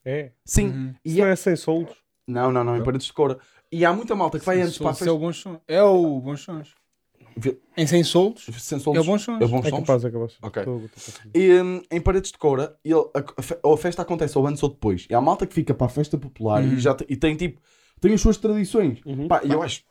Speaker 1: É.
Speaker 4: Sim.
Speaker 2: Uhum.
Speaker 1: E
Speaker 4: E
Speaker 1: não
Speaker 4: é-
Speaker 1: é sem soldos.
Speaker 4: Não, não, não, em Paredes de Coura. E há muita malta que vai antes
Speaker 2: Sem
Speaker 4: para a
Speaker 2: soldos, É o
Speaker 4: festa.
Speaker 2: bons sons. É o bons sons.
Speaker 4: Vi-
Speaker 2: Em 100 soldos?
Speaker 4: Sem
Speaker 2: É o
Speaker 4: sons.
Speaker 2: bons sons.
Speaker 4: É bons
Speaker 1: É
Speaker 4: sons.
Speaker 1: capaz, é capaz.
Speaker 4: Ok.
Speaker 1: Tô- tô- tô- tô-
Speaker 4: E, hum, em Paredes de Coura, ele- a- a, fe- ou a festa acontece ou antes ou depois. E há malta que fica para a festa popular
Speaker 2: Uhum.
Speaker 4: e, já te- e tem tipo, tem as suas tradições.
Speaker 1: Uhum.
Speaker 4: Pá, e eu acho,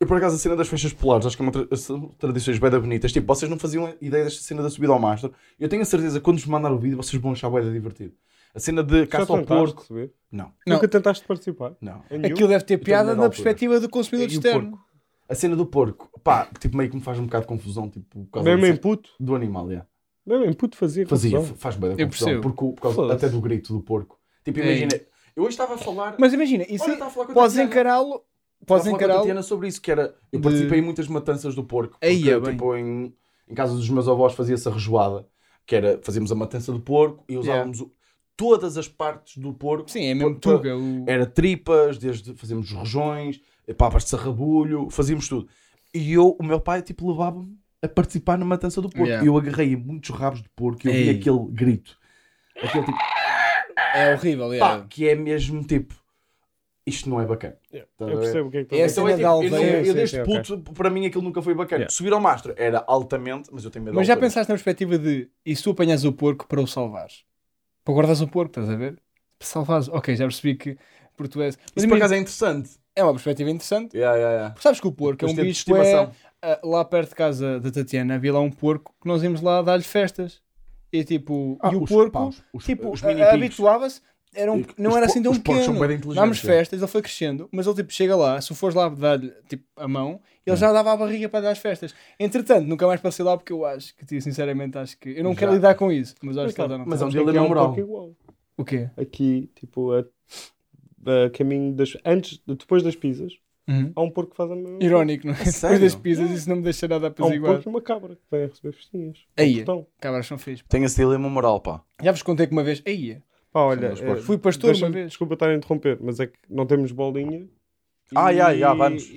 Speaker 4: eu por acaso a cena das festas populares, acho que é uma tra- são tradições bem bonitas. Tipo, vocês não faziam ideia desta cena da subida ao Master. Eu tenho a certeza que quando vos mandar o vídeo vocês vão achar bem divertido. A cena de
Speaker 1: Já
Speaker 4: caça ao
Speaker 1: tentaste
Speaker 4: porco.
Speaker 1: saber?
Speaker 4: Não,
Speaker 2: Não.
Speaker 1: Nunca tentaste participar?
Speaker 4: não.
Speaker 1: Em nenhum?
Speaker 2: Aquilo deve ter
Speaker 4: tenho
Speaker 2: piada
Speaker 4: medo
Speaker 2: na
Speaker 4: da altura.
Speaker 2: perspectiva do consumidor
Speaker 4: E um o
Speaker 2: externo.
Speaker 4: A cena do porco, pá, tipo, meio que me faz um bocado de confusão, tipo, por causa
Speaker 1: Mesmo
Speaker 4: da
Speaker 1: em
Speaker 4: cena
Speaker 1: puto?
Speaker 4: do animal, yeah.
Speaker 1: Mesmo em puto fazia.
Speaker 4: Fazia,
Speaker 1: confusão.
Speaker 4: fa- faz bem da
Speaker 2: Eu
Speaker 4: confusão.
Speaker 2: percebo.
Speaker 4: Porque, o- por causa,
Speaker 1: Foda-se.
Speaker 4: até do grito do porco. Tipo,
Speaker 2: É.
Speaker 4: imagina, eu hoje estava a falar.
Speaker 2: Mas imagina, isso
Speaker 4: Olha, tá- estava a falar com a
Speaker 2: podes
Speaker 4: Tatiana.
Speaker 2: encará-lo.
Speaker 4: Estava
Speaker 2: Podes
Speaker 4: a falar com a
Speaker 2: encará-lo.
Speaker 4: Tatiana sobre isso, que era. Eu
Speaker 2: De-
Speaker 4: participei em muitas matanças do porco. Porque,
Speaker 2: Aí é bem.
Speaker 4: tipo, em, em casa dos meus avós fazia-se a rejoada, que era fazíamos a matança do porco e usávamos o- todas as partes do porco.
Speaker 2: Sim, é mesmo
Speaker 4: Por-
Speaker 2: Tuga. o-
Speaker 4: Era tripas, desde fazíamos rojões, eh, papas de sarrabulho, fazíamos tudo. E eu, o meu pai, tipo, levava-me a participar na matança do porco.
Speaker 2: Yeah.
Speaker 4: E eu agarrei em muitos rabos de porco e eu vi
Speaker 2: Ei.
Speaker 4: aquele grito. Aquele tipo.
Speaker 2: É horrível.
Speaker 4: pá,
Speaker 2: é.
Speaker 4: que é mesmo tipo, isto não é bacana. Tá a
Speaker 1: Eu
Speaker 4: ver?
Speaker 1: percebo o que é que
Speaker 2: É
Speaker 1: estás a
Speaker 2: assim,
Speaker 4: Então
Speaker 2: Cena
Speaker 4: é tipo,
Speaker 2: da
Speaker 4: eu, não-
Speaker 2: aldeia,
Speaker 4: eu
Speaker 1: sim,
Speaker 4: deste
Speaker 1: sim,
Speaker 4: puto, para mim aquilo nunca foi bacana.
Speaker 1: Yeah.
Speaker 4: Subir ao mastro era altamente, mas eu tenho medo de
Speaker 2: Mas já
Speaker 4: alturas.
Speaker 2: pensaste na perspectiva de e se tu apanhas o porco para o salvares? Para guardares o porco, estás a ver? Salvares, ok, já percebi que porque tu és. Mas
Speaker 4: Isso por
Speaker 2: imagina,
Speaker 4: acaso é interessante.
Speaker 2: é uma perspectiva interessante.
Speaker 4: Yeah, yeah, yeah.
Speaker 2: Porque sabes que o porco é um
Speaker 4: Mas temos
Speaker 2: bicho que é, ah, lá perto de casa da Tatiana havia lá um porco que nós íamos lá dar-lhe festas. E tipo,
Speaker 4: Ah,
Speaker 2: e o
Speaker 4: os
Speaker 2: porco,
Speaker 4: paus, os-
Speaker 2: tipo,
Speaker 4: os mini
Speaker 2: a- a-
Speaker 4: pigs.
Speaker 2: habituava-se, era um-
Speaker 4: E-
Speaker 2: não
Speaker 4: os
Speaker 2: era
Speaker 4: po-
Speaker 2: assim tão
Speaker 4: os porcos são
Speaker 2: pequeno.
Speaker 4: bué inteligentes,
Speaker 2: Dámos
Speaker 4: é.
Speaker 2: festas, ele foi crescendo, mas ele tipo chega lá, se fores lá dar-lhe tipo, a mão,
Speaker 4: É.
Speaker 2: ele já dava a barriga para dar as festas. Entretanto, nunca mais passei lá porque eu acho que, tipo, sinceramente, acho que eu não quero lidar com isso, mas acho que ele já não
Speaker 4: Mas
Speaker 2: tem.
Speaker 4: é um
Speaker 1: Sabes
Speaker 4: dilema
Speaker 1: que aqui há
Speaker 4: moral.
Speaker 1: toque igual.
Speaker 2: O quê?
Speaker 1: Aqui, tipo, a, a caminho das. Antes, depois das pizzas, há um porco que faz a mesma. coisa.
Speaker 2: Uhum. Irónico, não é?
Speaker 4: sério? Então,
Speaker 2: Depois das pizzas, isso não me deixa nada
Speaker 1: Há um
Speaker 2: apaziguado.
Speaker 1: porco e uma cabra que vem a receber festinhas.
Speaker 2: Aí.
Speaker 1: Então,
Speaker 2: Cabras são feios.
Speaker 4: Tenho esse dilema moral, pá.
Speaker 2: Já vos contei que uma vez, aí,
Speaker 1: pá, olha.
Speaker 4: São dois
Speaker 1: eh,
Speaker 4: porcos.
Speaker 2: fui pastor uma
Speaker 1: deixa-me-
Speaker 2: vez.
Speaker 1: Desculpa estar a interromper, mas é que não temos bolinha.
Speaker 4: Ai,
Speaker 1: e-
Speaker 4: ai, ai, Ah, vamos.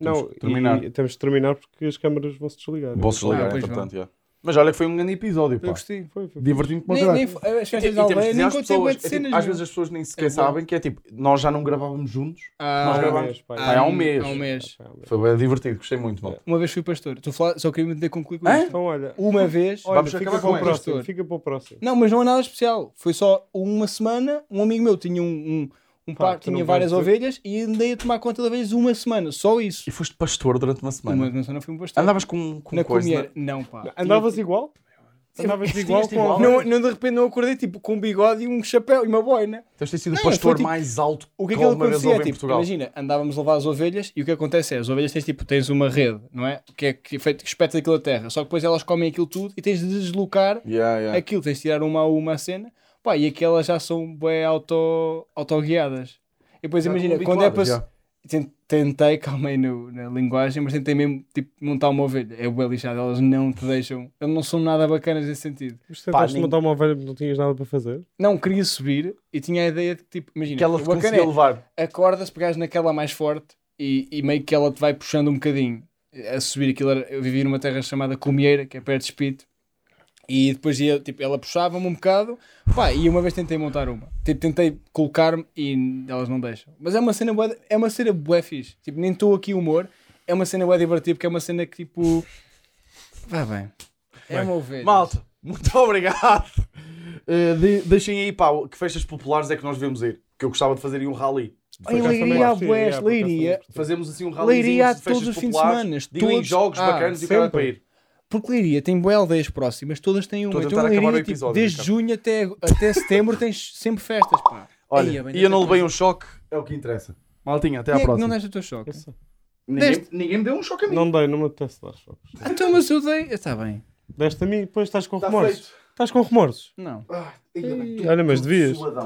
Speaker 1: Não,
Speaker 4: Temos de
Speaker 1: terminar.
Speaker 4: terminar.
Speaker 1: temos de terminar porque as câmaras vão se desligar.
Speaker 4: Vou se
Speaker 2: Ah,
Speaker 4: ligar,
Speaker 2: pois
Speaker 4: entretanto, já. Mas olha que foi um grande episódio,
Speaker 2: Eu
Speaker 4: pá.
Speaker 2: gostei.
Speaker 1: Foi, foi.
Speaker 4: Diverti-me com
Speaker 2: Nem,
Speaker 4: caralho.
Speaker 2: nem, as
Speaker 4: E- e
Speaker 2: festas
Speaker 4: temos
Speaker 2: da
Speaker 4: de
Speaker 2: aldeia,
Speaker 4: dizer
Speaker 2: nem
Speaker 4: às
Speaker 2: contei bué de
Speaker 4: pessoas, é tipo,
Speaker 2: cenas.
Speaker 4: Às
Speaker 2: meu.
Speaker 4: vezes as pessoas nem
Speaker 2: É
Speaker 4: sequer
Speaker 2: bom.
Speaker 4: sabem que é tipo, nós já não gravávamos juntos.
Speaker 2: Ah,
Speaker 4: nós
Speaker 1: Há um
Speaker 4: gravamos.
Speaker 1: mês, pá.
Speaker 4: Pá, há um mês.
Speaker 2: Há um mês.
Speaker 1: Pá, há um mês.
Speaker 4: Foi bem divertido, gostei muito, mal.
Speaker 2: Uma vez fui pastor. Estou a falar, só queria me ter concluir com
Speaker 4: Hã?
Speaker 2: isto.
Speaker 1: Então, olha.
Speaker 2: Uma vez.
Speaker 1: olha,
Speaker 4: Vamos
Speaker 1: fica
Speaker 4: acabar
Speaker 1: para o
Speaker 4: com
Speaker 1: próximo.
Speaker 2: este.
Speaker 1: Fica para o próximo.
Speaker 2: Não, mas não é nada especial. Foi só uma semana. Um amigo meu tinha um, um, um
Speaker 1: Pá,
Speaker 2: par,
Speaker 1: tu não
Speaker 2: tinha várias
Speaker 1: vais dizer.
Speaker 2: ovelhas e andei a tomar conta de ovelhas uma semana. Só isso.
Speaker 4: E foste pastor durante uma semana.
Speaker 2: Uma semana fui um pastor.
Speaker 4: Andavas com, com
Speaker 2: na
Speaker 4: coisa. né?
Speaker 2: comier. Não, pá.
Speaker 1: Andavas igual? Andavas né? igual
Speaker 4: Tinhas
Speaker 1: com
Speaker 4: igual?
Speaker 1: a
Speaker 2: Não, não, de repente não acordei tipo com um bigode e um chapéu e uma boina.
Speaker 4: Então Tens de ter sido o
Speaker 2: Não,
Speaker 4: pastor
Speaker 2: foi tipo-
Speaker 4: mais alto
Speaker 2: O que é que ele
Speaker 4: alguma vez
Speaker 2: acontecia? é,
Speaker 4: houve em
Speaker 2: Tipo,
Speaker 4: Portugal.
Speaker 2: imagina, andávamos a levar as ovelhas e o que acontece é, as ovelhas tens tipo, tens uma rede, não é? Que é que, feito, que espeta aquilo a terra, só que depois elas comem aquilo tudo e tens de deslocar
Speaker 4: Yeah, yeah.
Speaker 2: aquilo, tens de tirar uma a uma a cena, pá, e aquelas já são bem auto, autoguiadas. E depois
Speaker 4: Já
Speaker 2: imagina,
Speaker 4: estão
Speaker 2: quando é para.
Speaker 4: habituadas, já.
Speaker 2: Ten- Tentei, calmei no, na linguagem, mas tentei mesmo tipo, montar uma ovelha. É bem lixado, elas não te deixam, elas não são nada bacanas nesse sentido.
Speaker 1: Mas
Speaker 4: Pá,
Speaker 1: tentaste
Speaker 4: nem-
Speaker 1: montar uma ovelha porque não tinhas nada para fazer?
Speaker 2: Não, queria subir e tinha a ideia de que, tipo, imagina,
Speaker 4: Que ela
Speaker 2: o bacana
Speaker 4: conseguia
Speaker 2: é-
Speaker 4: levar.
Speaker 2: acordas, pegares naquela é mais forte e, e meio que ela te vai puxando um bocadinho a subir aquilo. era- Eu vivi numa terra chamada Comieira, que é perto de Espírito, e depois ia, tipo, ela puxava-me um bocado, pá, e uma vez tentei montar uma. Tipo, tentei colocar-me e elas não deixam. Mas é uma cena bué, é uma cena bué fixe. Tipo, nem estou aqui humor, é uma cena bué divertida, porque é uma cena que, tipo... Vá bem. É uma ovelha.
Speaker 4: Malta, muito obrigado. Uh, de- deixem aí, pá, que festas populares é que nós devemos ir. Que eu gostava de fazer aí um rally.
Speaker 2: Ai,
Speaker 1: Por acaso também
Speaker 2: Leiria,
Speaker 1: gostei,
Speaker 2: bué,
Speaker 1: é, por acaso também
Speaker 2: Leiria.
Speaker 1: gostei.
Speaker 4: Fazemos assim um rally
Speaker 2: Leiria há
Speaker 4: de
Speaker 2: todos
Speaker 4: festas
Speaker 2: os fins de
Speaker 4: populares.
Speaker 2: semana,
Speaker 4: Digam aí
Speaker 2: todos-
Speaker 4: jogos
Speaker 2: Ah,
Speaker 4: bacanas e o caralho para
Speaker 1: sempre.
Speaker 4: ir.
Speaker 2: Porque Leiria tem boé aldeias próximas, todas têm uma.
Speaker 4: Estou a
Speaker 2: Então,
Speaker 4: tentar acabar
Speaker 2: Leiria,
Speaker 4: o episódio, então.
Speaker 2: tipo, desde
Speaker 4: cara.
Speaker 2: junho até, até setembro tens sempre festas, pá.
Speaker 4: Olha,
Speaker 2: Aí, é bem
Speaker 4: e eu não
Speaker 2: tanta
Speaker 4: levei um choque, é o que interessa. Maltinha, até
Speaker 2: E
Speaker 4: à
Speaker 2: é que não é-
Speaker 4: próxima.
Speaker 2: deste o teu choque?
Speaker 1: Esse-
Speaker 4: Ninguém,
Speaker 2: Deste.
Speaker 4: ninguém me deu um choque a mim.
Speaker 1: Não dei, não me apetece dar choques.
Speaker 2: Então, mas eu dei. Está bem.
Speaker 1: Deste a mim, depois estás com
Speaker 4: Tá
Speaker 1: remorsos.
Speaker 4: feito.
Speaker 1: Estás com remorsos.
Speaker 2: Não.
Speaker 4: Ah, ainda bem.
Speaker 1: Olha, mas devias.
Speaker 4: Suadão.